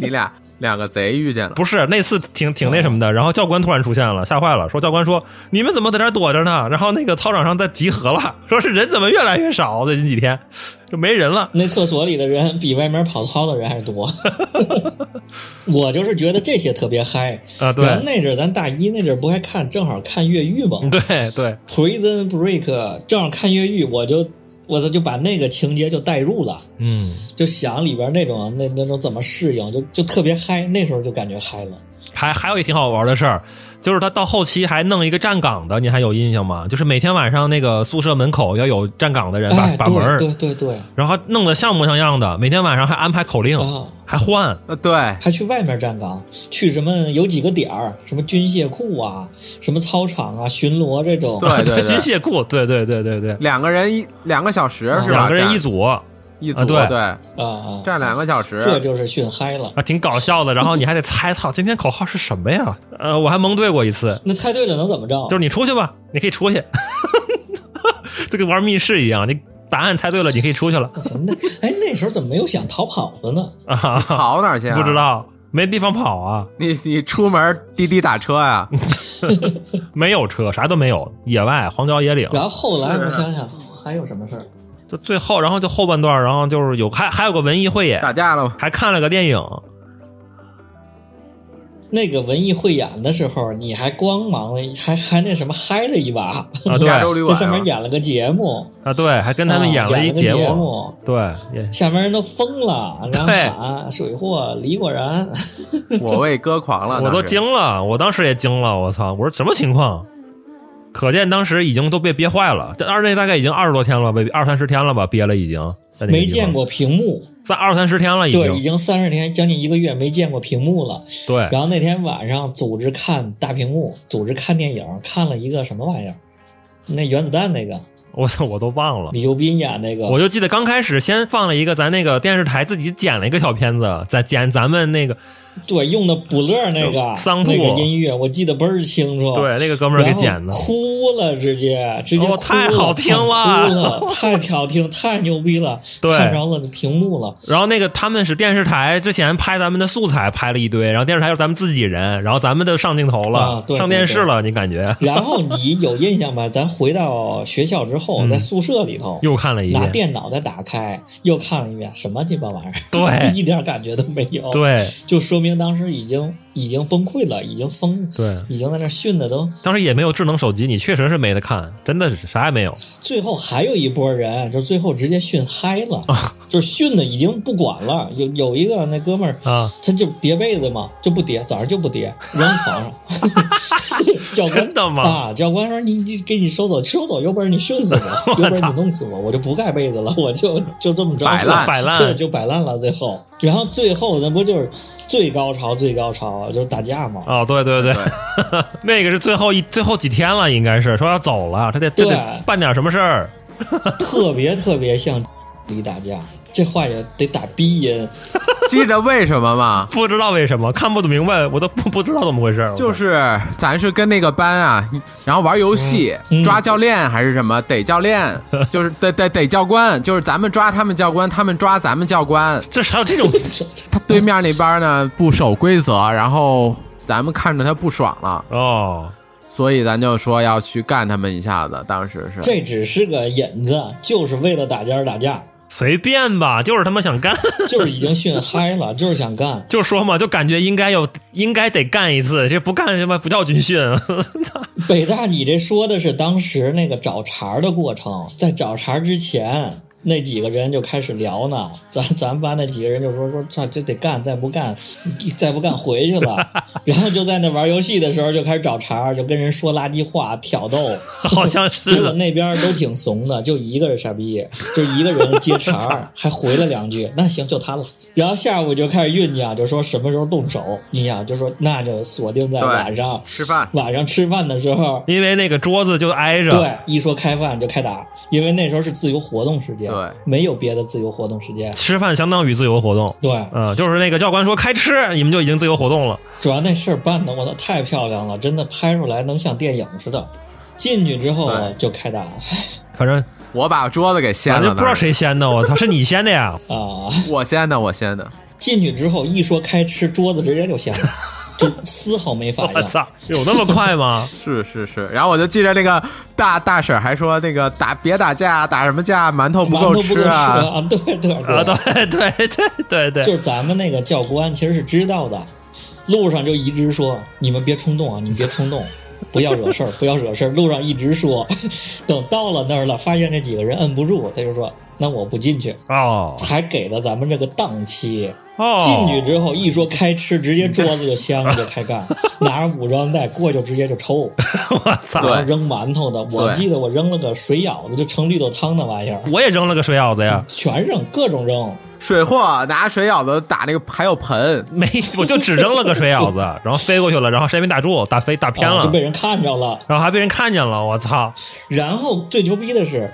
Speaker 4: 你俩两个贼遇见了，
Speaker 3: 不是那次挺挺那什么的，然后教官突然出现了，吓坏了，说教官说你们怎么在这儿躲着呢？然后那个操场上在集合了，说是人怎么越来越少，最近几天就没人了。
Speaker 2: 那厕所里的人比外面跑操的人还多。 我就是觉得这些特别嗨
Speaker 3: 啊对
Speaker 2: 然后那阵儿咱大一那阵儿不还看，正好看越狱嘛。
Speaker 3: 对对
Speaker 2: Prison Break 正好看越狱，我就我操就把那个情节就带入了，
Speaker 3: 嗯，
Speaker 2: 就想里边那种那那种怎么适应，就就特别嗨，那时候就感觉嗨了。
Speaker 3: 还还有一挺好玩的事儿，就是他到后期还弄一个站岗的，你还有印象吗？就是每天晚上那个宿舍门口要有站岗的人把、
Speaker 2: 哎，
Speaker 3: 把门儿，哎
Speaker 2: 对对对对
Speaker 3: 然后弄得像模像样的，每天晚上还安排口令，
Speaker 2: 啊，
Speaker 3: 还换。
Speaker 4: 呃，对，
Speaker 2: 还去外面站岗，去什么有几个点儿，什么军械库啊，什么操场啊，巡逻这种。
Speaker 4: 对对
Speaker 3: 军械库，对对对对对，
Speaker 4: 两个人一两个小时
Speaker 2: 啊
Speaker 4: 是吧？
Speaker 3: 哦两个人
Speaker 4: 站
Speaker 3: 一组啊，
Speaker 4: 一
Speaker 3: 啊
Speaker 4: 组，
Speaker 3: 对
Speaker 4: 对，
Speaker 2: 啊啊，
Speaker 4: 站两个小时，
Speaker 2: 这就是训嗨了。
Speaker 3: 啊挺搞笑的。然后你还得猜，操，今天口号是什么呀？呃，我还蒙对过一次，
Speaker 2: 那猜对了能怎么着？
Speaker 3: 就是你出去吧，你可以出去， 就跟玩密室一样，你答案猜对了，你可以出去了
Speaker 2: 那哎，那时候怎么没有想逃跑的呢？
Speaker 3: 啊。
Speaker 4: 跑哪儿去啊？
Speaker 3: 不知，道，没地方跑啊，
Speaker 4: 你你出门滴滴打车啊 呀？
Speaker 3: 没有车，啥都没有，野外荒郊野岭。
Speaker 2: 然后后来
Speaker 4: 是
Speaker 2: 我
Speaker 3: 啊
Speaker 2: 想想还有什么事儿？
Speaker 3: 就最后，然后就后半段，然后就是有还还有个文艺汇演，
Speaker 4: 打架了吗？
Speaker 3: 还看了个电影。啊
Speaker 2: 那个文艺汇演的时候，你还光芒了，还还那什么嗨了一把，
Speaker 3: 啊，对
Speaker 4: 加州旅
Speaker 2: 在
Speaker 4: 馆
Speaker 2: 上面
Speaker 4: 吗
Speaker 2: 演了个节目，
Speaker 3: 啊，对，还跟他们
Speaker 2: 啊
Speaker 3: 演
Speaker 2: 演
Speaker 3: 了一
Speaker 2: 个
Speaker 3: 节
Speaker 2: 节
Speaker 3: 目，对，也
Speaker 2: 下面人都疯了，然后
Speaker 3: 对
Speaker 2: 喊水货李果然，
Speaker 4: 我为歌狂了，
Speaker 3: 我
Speaker 4: 当
Speaker 3: 都
Speaker 4: 时
Speaker 3: 惊了，我当时也惊了，我操，我说什么情况？可见当时已经都被憋坏了，这而且大概已经二十多天了吧，二三十天了吧，憋了已经。在那个地
Speaker 2: 没
Speaker 3: 方
Speaker 2: 见，过屏幕，
Speaker 3: 在二三十天了已经。
Speaker 2: 对，已经三十天将近一个月没见过屏幕了。
Speaker 3: 对，
Speaker 2: 然后那天晚上组织看大屏幕，组织看电影，看了一个什么玩意儿？那原子弹那个
Speaker 3: 我操，我都忘了。
Speaker 2: 李幼斌演那个，
Speaker 3: 啊我就记得刚开始先放了一个咱那个电视台自己剪了一个小片子，咱剪咱们那个
Speaker 2: 对用的补乐那个
Speaker 3: 桑
Speaker 2: 那
Speaker 3: 布
Speaker 2: 个音乐，我记得倍儿清楚。
Speaker 3: 对那个哥们儿
Speaker 2: 哦然
Speaker 3: 给
Speaker 2: 后
Speaker 3: 剪的，
Speaker 2: 哭了，直接直接
Speaker 3: 哦
Speaker 2: 哭了、
Speaker 3: 太好听了
Speaker 2: 了，哭了，太好听，太牛逼了，
Speaker 3: 对
Speaker 2: 看着了屏幕了，
Speaker 3: 然后那个他们是电视台之前拍咱们的素材拍了一堆，然后电视台又是咱们自己人，然后咱们都上镜头了，
Speaker 2: 啊对
Speaker 3: 上电视了，你感觉
Speaker 2: 然后你有印象吧？咱回到学校之后，在宿舍里头
Speaker 3: 嗯又看了一
Speaker 2: 拿
Speaker 3: 遍，
Speaker 2: 电脑再打开，又看了一遍，什么鸡巴玩意儿？
Speaker 3: 对
Speaker 2: 一点感觉都没有。，
Speaker 3: 对
Speaker 2: 就说明当时已经已经崩溃了，已经疯，
Speaker 3: 对，
Speaker 2: 已经在那训的都。
Speaker 3: 当时也没有智能手机，你确实是没得看，真的是啥也没有，
Speaker 2: 最后还有一波人，就最后直接训嗨了，
Speaker 3: 啊
Speaker 2: 就是训的已经不管了。有有一个那哥们儿
Speaker 3: 啊，
Speaker 2: 他就叠被子嘛，就不叠，早上就不叠，扔床上。 教官
Speaker 3: 真的吗
Speaker 2: 啊，教官说你你给你收走，收走，要不然你训 死我，要不然你弄死我，我就不盖被子了，我就就这么着，
Speaker 4: 摆烂
Speaker 3: 摆烂
Speaker 2: 这就摆烂了。最后，然后最后那不就是最高潮，最高潮就是打架嘛。
Speaker 3: 哦，对对对，
Speaker 4: 对
Speaker 3: 那个是最后一最后几天了，应该是说要走了，他得他得
Speaker 2: 对
Speaker 3: 办点什么事儿，
Speaker 2: 特别特别像里打架，这话也得打鼻音。
Speaker 4: 记着为什 么吗？
Speaker 3: 不知道为什么看不明白，我都不不知道怎么回事儿，
Speaker 4: 就
Speaker 3: 我
Speaker 4: 是咱是跟那个班啊，然后玩游戏、
Speaker 2: 嗯
Speaker 4: 抓教练还是什么？逮 教练，就是得得得教官，就是咱们抓他们教官，他们抓咱们教官。
Speaker 3: 这还有这种
Speaker 4: 他对面那班呢不守规则，然后咱们看着他不爽了，
Speaker 3: 哦，
Speaker 4: 所以咱就说要去干他们一下子。当时是
Speaker 2: 这只是个引子，就是为了打架而打架，
Speaker 3: 随便吧，就是他妈想干，
Speaker 2: 就是已经训嗨了， 就是想干。
Speaker 3: 就说嘛，就感觉应该有，应该得干一次，这不干他妈不叫军训。
Speaker 2: 北大，你这说的是当时那个找茬儿的过程，在找茬儿之前，那几个人就开始聊呢。咱咱们班那几个人就说说，操，这得干，再不干，再不干回去了。 然后就在那玩游戏的时候就开始找茬儿，就跟人说垃圾话、挑逗。
Speaker 3: 好像是
Speaker 2: 结果那边都挺怂的，就一个人傻逼，就一个人接 茬儿，还回了两句。那行，就他了。然后下午就开始酝酿，就说什么时候动手。你想，就说那就锁定在
Speaker 4: 对
Speaker 2: 晚上，
Speaker 4: 吃饭
Speaker 2: 晚上吃饭的时候。
Speaker 3: 因为那个桌子就挨着，
Speaker 4: 啊
Speaker 2: 对，一说开饭就开打，因为那时候是自由活动时间，
Speaker 4: 对
Speaker 2: 没有别的自由活动时间。
Speaker 3: 吃饭相当于自由活动。
Speaker 2: 对，
Speaker 3: 嗯，就是那个教官说开吃，你们就已经自由活动了。
Speaker 2: 主要那事儿办的，我操，太漂亮了，真的拍出来能像电影似的。进去之后啊
Speaker 4: 对
Speaker 2: 就开打
Speaker 3: 反正
Speaker 4: 我把桌子给掀
Speaker 3: 反
Speaker 4: 了，
Speaker 3: 正不知道
Speaker 4: 当时
Speaker 3: 谁先的，我操，是你先的 呀？
Speaker 2: 啊！
Speaker 4: 我掀的，我掀的。
Speaker 2: 进去之后一说开吃，桌子直接就掀了，就丝毫没反
Speaker 3: 我
Speaker 2: 应。
Speaker 3: 操，有那么快 吗？
Speaker 4: 是是是，然后我就记着那个大大婶儿还说那个打别打架，打什么架，馒头不
Speaker 2: 馒
Speaker 4: 够
Speaker 2: 头不够
Speaker 4: 吃
Speaker 2: 吃
Speaker 4: 啊，
Speaker 2: 啊！对对对，
Speaker 3: 啊，对 对对对
Speaker 2: 就
Speaker 3: 对，
Speaker 2: 是咱们那个教官其实是知道的，路上就一直说你们别冲动啊，你们别冲动，不要惹事儿，不要惹事儿。路上一直说，等到了那儿了，发现这几个人摁不住，他就说那我不进去，
Speaker 3: 哦
Speaker 2: 还给了咱们这个档期。
Speaker 3: 哦，
Speaker 2: 进去之后一说开吃，直接桌子就掀了，就开干，拿着武装带过去就直接就抽，
Speaker 3: 我操！
Speaker 2: 然后
Speaker 4: 对
Speaker 2: 扔馒头的。我
Speaker 4: 对
Speaker 2: 记得我扔了个水舀子，就盛绿豆汤那玩意儿，
Speaker 3: 我也扔了个水舀子呀，
Speaker 2: 全扔，各种扔。
Speaker 4: 水货拿水舀子打那个，还有盆，
Speaker 3: 没， 我就只扔了个水舀 子，然后飞过去了，然后谁没打住，打飞打偏
Speaker 2: 啊
Speaker 3: 了
Speaker 2: 就，被人看着了。
Speaker 3: 然后还被人看见了，我操！
Speaker 2: 然后最牛逼的是，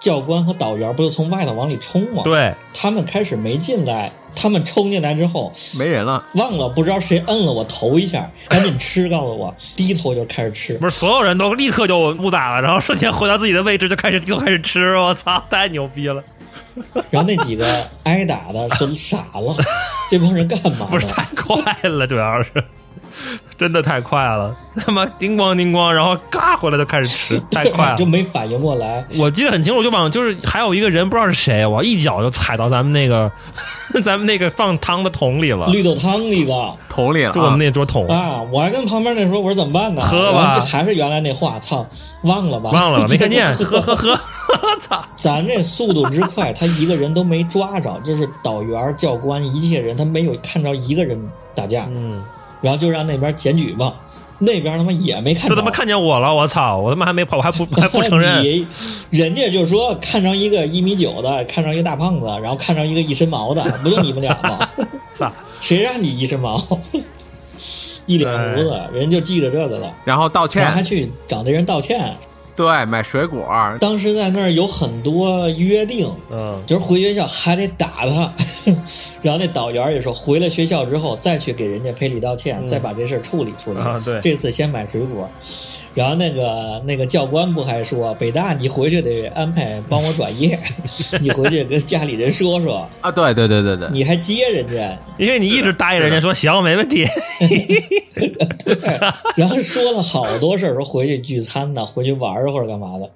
Speaker 2: 教官和导员不就从外头往里冲吗？，
Speaker 3: 对，
Speaker 2: 他们开始没进来，他们冲进来之后，
Speaker 4: 没人了。
Speaker 2: 忘了不知道谁摁了我头一下，赶紧吃，告诉我，低头就开始吃。
Speaker 3: 不是所有人都立刻就误打了，然后瞬间回到自己的位置就开始就开始吃，我操，太牛逼了！
Speaker 2: 然后那几个挨 打的都傻了，这帮人干嘛
Speaker 3: 不是
Speaker 2: 呢？
Speaker 3: 太快了，主要是真的太快了， 他妈叮咣叮咣，然后嘎回来就开始吃，太快了
Speaker 2: 就。没反应 过来，
Speaker 3: 我记得很清楚，就往就是还有一个人不知道是谁，我一脚就踩到咱们那个 咱们那个放汤的桶里了，
Speaker 2: 绿豆汤里了
Speaker 4: 桶里了、
Speaker 3: 就我们
Speaker 4: 那
Speaker 3: 那桌桶，
Speaker 2: 啊！我还跟旁边那说，我说怎么办呢？
Speaker 3: 喝吧
Speaker 2: 然后还是原来那话，操，忘了吧，
Speaker 3: 忘 了吧没看见，喝喝喝，操！
Speaker 2: 咱这速度之快，他一个人都没抓着，就是导员、教官一切人，他没有看着一个人打架，
Speaker 3: 嗯，
Speaker 2: 然后就让那边检举吧，那边他妈也没看
Speaker 3: 就
Speaker 2: 着，
Speaker 3: 他妈看见我了，我操！我他妈还没跑，我还 不还不承认，
Speaker 2: 哦你人家就说看着一个一米九的，看着一个大胖子，然后看着一个一身毛的，不就你们俩 吗？
Speaker 3: 操！
Speaker 2: 谁让你一身毛， 一脸胡子，
Speaker 3: 哎
Speaker 2: 人就记着这个了，
Speaker 4: 然后道
Speaker 2: 然后还
Speaker 4: 歉，
Speaker 2: 去找那人道歉。
Speaker 4: 对，买水果，啊
Speaker 2: 当时在那儿有很多约定，
Speaker 3: 嗯，
Speaker 2: 就是回学校还得打他， 然后那导员也说，回了学校之后再去给人家赔礼道歉，再把这事儿处理处理。
Speaker 3: 嗯啊对
Speaker 2: 这次先买水果。然后那个那个教官不还说，北大你回去得安排帮我转业， 你回去跟家里人说说，
Speaker 4: 啊，对对对对对，
Speaker 2: 你还接人家，
Speaker 3: 因为你一直答应人 家说行，没问题，
Speaker 2: 然后说了好多事儿，说回去聚餐呢，回去玩儿或者干嘛的。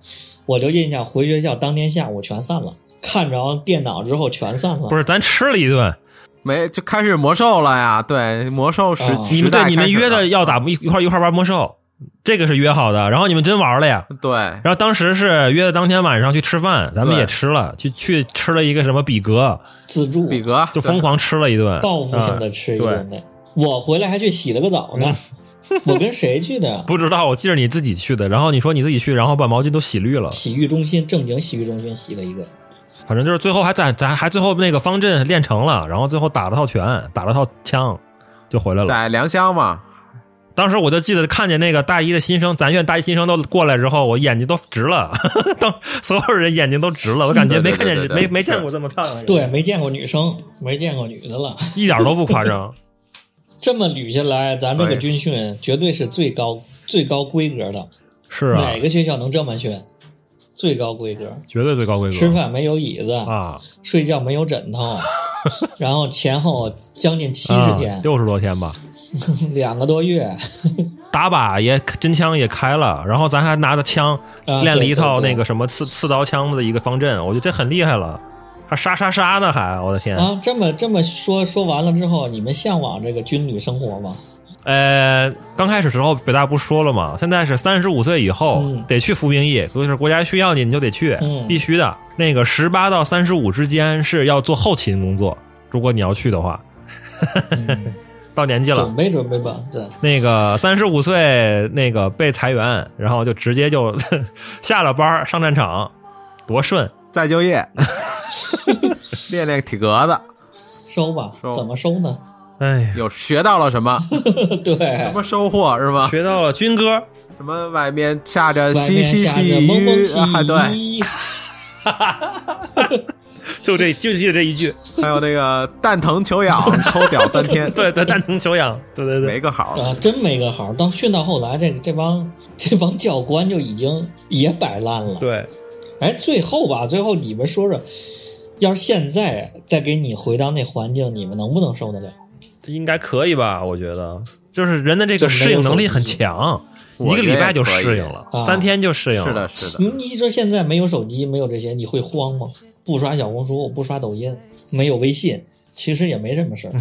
Speaker 2: 我就印象回学校当天下午全散了，看着电脑之后全散了。
Speaker 3: 不是咱吃了一顿，
Speaker 4: 没就开始魔兽了呀，对，魔兽时、
Speaker 2: 啊
Speaker 3: 你
Speaker 4: 时
Speaker 3: 们
Speaker 4: 代
Speaker 3: 哦对你
Speaker 4: 开
Speaker 3: 们
Speaker 4: 始
Speaker 3: 约的
Speaker 4: 了
Speaker 3: 要打一一块一块玩魔兽，这个是约好的，然后你们真玩了呀。
Speaker 4: 对，
Speaker 3: 然后当时是约的当天晚上去吃饭，咱们
Speaker 4: 对
Speaker 3: 也吃了，去去吃了一个什么比格，
Speaker 2: 自助，
Speaker 4: 比格
Speaker 3: 就疯狂吃了一顿，
Speaker 2: 报复性的吃一
Speaker 3: 嗯
Speaker 2: 顿的。我回来还去洗了个澡呢。 我跟谁去的？
Speaker 3: 不知道，我记得你自己去的，然后你说你自己去，然后把毛巾都洗绿了，
Speaker 2: 洗浴中心正经洗浴中心洗了一个，
Speaker 3: 反正就是最后还在咱还最后那个方阵练成了，然后最后打了套拳，打了套枪，就回来了。
Speaker 4: 在良乡嘛，
Speaker 3: 当时我就记得看见那个大一的新生，咱院大一新生都过来之后，我眼睛都直了， 当所有人眼睛都直了，我感觉
Speaker 4: 对对
Speaker 3: 没看见
Speaker 4: 对对
Speaker 3: 没
Speaker 4: 对
Speaker 3: 没见过这么漂亮的人，
Speaker 2: 对，没见过女生，没见过女的了。
Speaker 3: 一点都不夸 张。
Speaker 2: 这么捋下来，咱这个
Speaker 4: 对
Speaker 2: 军训绝对是最高最高规格的，
Speaker 3: 是啊，
Speaker 2: 哪个学校能这么训？最高规格，
Speaker 3: 绝对最高规
Speaker 2: 吃
Speaker 3: 格
Speaker 2: 饭没有椅子，
Speaker 3: 啊，
Speaker 2: 睡觉没有 枕头，然后前后将近七十
Speaker 3: 啊
Speaker 2: 天，
Speaker 3: 六十多天吧。
Speaker 2: 两个多月，
Speaker 3: 打靶也真枪也开了，然后咱还拿着枪
Speaker 2: 啊
Speaker 3: 练了一套
Speaker 2: 对对对
Speaker 3: 那个什么刺刺刀枪的一个方阵，我觉得这很厉害了，还杀杀杀呢还，我的天！
Speaker 2: 啊，这么这么说说完了之后，你们向往这个军旅生活吗？
Speaker 3: 呃，刚开始时候北大不是说了吗？现在是三十五岁以后、
Speaker 2: 嗯
Speaker 3: 得去服兵役，就是国家需要你你就得去，
Speaker 2: 嗯
Speaker 3: 必须的。那个十八到三十五之间是要做后勤工作，如果你要去的话，
Speaker 2: 嗯
Speaker 3: 到年纪了
Speaker 2: 准。备准备吧，这
Speaker 3: 那个三十五岁那个被裁员，然后就直接就 下了班儿上战场，多顺！
Speaker 4: 再就 业，练练体格子，
Speaker 2: 收吧，
Speaker 4: 收
Speaker 2: 怎么收呢？
Speaker 3: 哎呀，
Speaker 4: 有学到了什么
Speaker 2: 对
Speaker 4: 什，么收获是吧？
Speaker 3: 学到了军歌，
Speaker 4: 什么外面下
Speaker 2: 外
Speaker 4: 着淅
Speaker 2: 面
Speaker 4: 淅
Speaker 2: 下
Speaker 4: 细
Speaker 2: 着蒙蒙细
Speaker 4: 雨啊，对，
Speaker 2: 雨，
Speaker 3: 就这就记得这一句，，
Speaker 4: 还有那个蛋疼球痒，抽屌三天
Speaker 3: 对，咱丹藤球痒，对对对，
Speaker 4: 没个好，
Speaker 2: 啊，真没个好。到训到后来，这这帮 这帮教官就已经也摆烂了。
Speaker 3: 对，
Speaker 2: 哎，最后吧，最后你们说说，要是现在再给你回到那环境，你们能不能受得了？
Speaker 3: 应该可以吧？我觉得，就是人的这个
Speaker 2: 就
Speaker 3: 适
Speaker 2: 没有
Speaker 3: 应能力
Speaker 2: 手机
Speaker 3: 很强，一
Speaker 4: 我
Speaker 3: 个
Speaker 4: 觉得
Speaker 3: 礼拜就
Speaker 4: 也可以
Speaker 3: 适应了，
Speaker 2: 啊
Speaker 3: 三天就适应
Speaker 4: 是
Speaker 3: 了
Speaker 4: 的，。是的，
Speaker 2: 你你说现在没有手机，没有这些，你会慌吗？不刷小红书，不刷抖音，没有微信，其实也没什么 事儿。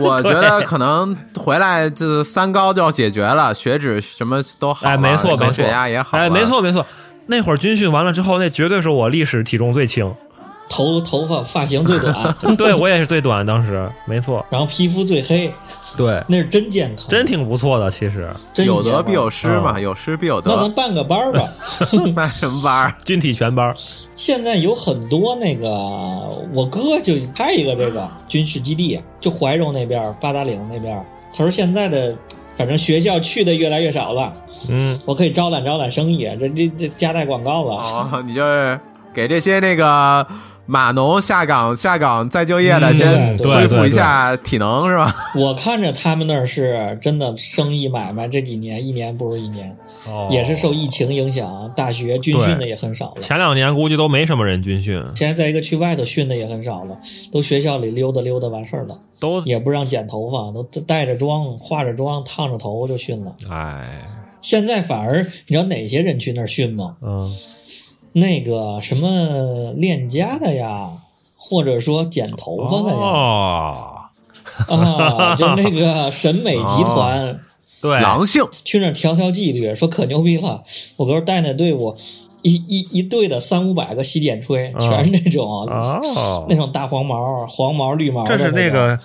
Speaker 4: 我觉得可能回来这三高就要解决了，血脂什么都好了，
Speaker 3: 哎，没错没
Speaker 4: 那高
Speaker 3: 错，
Speaker 4: 血压也好，啊
Speaker 3: 哎，没，错没错。那会儿军训完了之后，那绝对是我历史体重最轻，
Speaker 2: 头头发发型最 短，
Speaker 3: 对我也是最短，当时没错，
Speaker 2: 然后皮肤最黑，
Speaker 3: 对，
Speaker 2: 那是真健康，
Speaker 3: 真挺不错的，其实
Speaker 2: 真
Speaker 4: 有
Speaker 2: 爷们
Speaker 4: 得
Speaker 2: 儿
Speaker 4: 必有失嘛，
Speaker 3: 嗯
Speaker 4: 有失必有
Speaker 2: 那咱
Speaker 4: 得，
Speaker 2: 办个班儿 吧。
Speaker 4: 办什么 班儿？
Speaker 3: 军体全班，
Speaker 2: 现在有很多那个，我哥就开一个这个军事基地，就怀柔那边儿、八达岭那边儿。他说现在的，反正学校去的越来越少了，
Speaker 3: 嗯，
Speaker 2: 我可以招揽招揽生意，这这这夹带广告
Speaker 3: 啊
Speaker 2: 了。
Speaker 4: 哦，你就是给这些那个码农下岗、下岗再就业的
Speaker 3: 嗯
Speaker 4: 先
Speaker 2: 对
Speaker 4: 恢复
Speaker 3: 对
Speaker 4: 一下体能是吧？
Speaker 2: 我看着他们那儿是真的生意买卖，这几年一年不如一年，
Speaker 3: 哦
Speaker 2: 也是受疫情影响，大学军训的也很少了。
Speaker 3: 前两年估计都没什么人军训，
Speaker 2: 现在再一个去外头训的也很少了，都学校里溜达溜达完事儿了，
Speaker 3: 都
Speaker 2: 也不让剪头发，都带着妆、化着妆、烫着头就训了。
Speaker 3: 哎，
Speaker 2: 现在反而你知道哪些人去那儿训吗？
Speaker 3: 嗯，
Speaker 2: 那个什么链家的呀，或者说剪头发的呀，
Speaker 3: 哦，
Speaker 2: 啊，就那个审美集团、
Speaker 3: 对，
Speaker 4: 狼性，
Speaker 2: 去那儿调调纪律，说可牛逼了。我哥带那队伍，一一一队的三五百个洗剪吹，
Speaker 3: 啊
Speaker 2: 全是那种、
Speaker 3: 哦
Speaker 2: 那，种大黄毛、黄毛、绿毛的
Speaker 3: 这是那
Speaker 2: 那种，
Speaker 3: 个，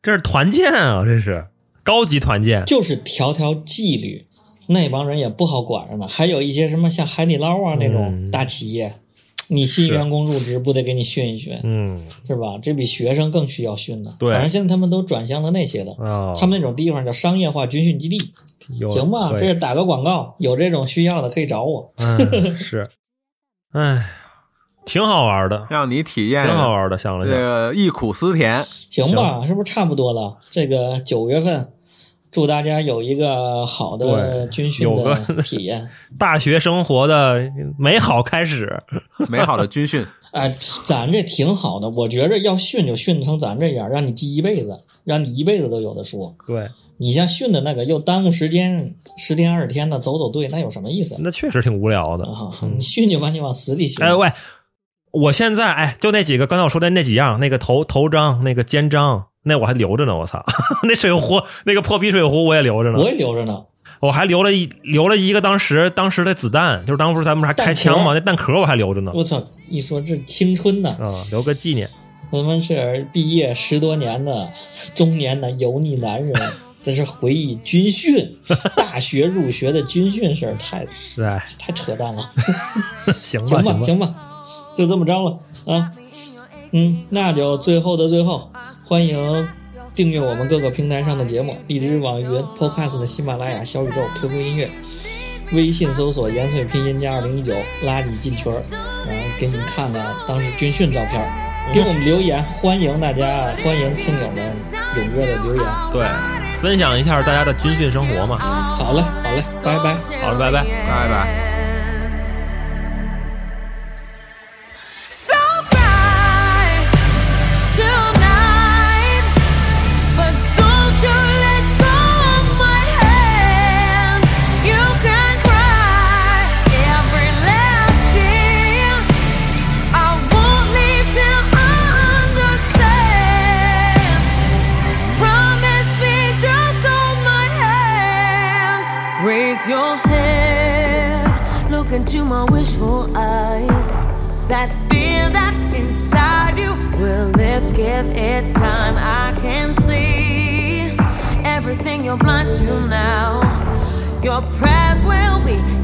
Speaker 3: 这是团建啊，这是高级团建，
Speaker 2: 就是调调纪律。那帮人也不好管着呢，还有一些什么像海底捞啊那种
Speaker 3: 嗯
Speaker 2: 大企业，你新
Speaker 3: 是
Speaker 2: 员工入职不得给你训一训？
Speaker 3: 嗯，
Speaker 2: 是吧？这比学生更需要训呢。
Speaker 3: 对
Speaker 2: 反正现在他们都转向了那些了。
Speaker 3: 哦，
Speaker 2: 他们那种地方叫商业化军训基地，
Speaker 3: 有
Speaker 2: 行吧？这是
Speaker 3: 对
Speaker 2: 打个广告，有这种需要的可以找我。
Speaker 3: 嗯是，哎，挺好玩的，
Speaker 4: 让你体验
Speaker 3: 挺好玩的，想了
Speaker 4: 这
Speaker 3: 想，
Speaker 4: 个忆苦思甜。
Speaker 2: 行吧？是不是差不多了？这个九月份，祝大家有一个好的
Speaker 3: 对
Speaker 2: 军训
Speaker 3: 有
Speaker 2: 的
Speaker 3: 个
Speaker 2: 体验。
Speaker 3: 大学生活的美好开始，
Speaker 4: 美好的军训，
Speaker 2: 哎，咱这挺好的，我觉着要训就训成咱这样，让你记一辈子，让你一辈子都有的说。
Speaker 3: 对，
Speaker 2: 你像训的那个又耽误时间，十天二十天的走走队，那有什么意思？
Speaker 3: 那确实挺无聊的。
Speaker 2: 啊，你训就把你往死里训。
Speaker 3: 嗯哎喂，我现在哎，就那几个刚才我说的那几样，那个头头章，那个肩章，那我还留着呢，我操， 那水壶，那个破皮水壶我也留着呢，
Speaker 2: 我也留着呢。
Speaker 3: 我还留了一留了一个当时当时的子弹，就是当时不是咱们还开枪吗？那弹壳我还留着呢，
Speaker 2: 我操！一说这青春呐，
Speaker 3: 啊、留个纪念。
Speaker 2: 我他妈是毕业十多年的中年的油腻男人，这是回忆军训，大学入学的军训事儿，太
Speaker 3: 是哎，
Speaker 2: 太扯淡了。
Speaker 3: 行吧
Speaker 2: 行吧，
Speaker 3: 吧，
Speaker 2: 行吧，就这么着了啊。嗯，那就最后的最后，欢迎订阅我们各个平台上的节目：荔枝、网易云、Podcast 的喜马拉雅、小宇宙、QQ 音乐。微信搜索“延绥拼音加二零一九”，拉你进群儿，然后给你们看看当时军训照片儿，给我们留言，欢迎大家，欢迎听友们踊跃的留言。
Speaker 3: 对，分享一下大家的军训生活嘛。
Speaker 2: 好嘞，好嘞，拜拜。
Speaker 3: 好了，拜拜。
Speaker 4: 拜拜。
Speaker 5: So bright tonight, but don't you let go of my hand. You can cry every last tear. I won't leave till I understand. Promise me, just hold my hand. Raise your head, look into my wishful eyes. That fear that's inside you will lift, give it time. I can see everything you're blind to now. Your prayers will be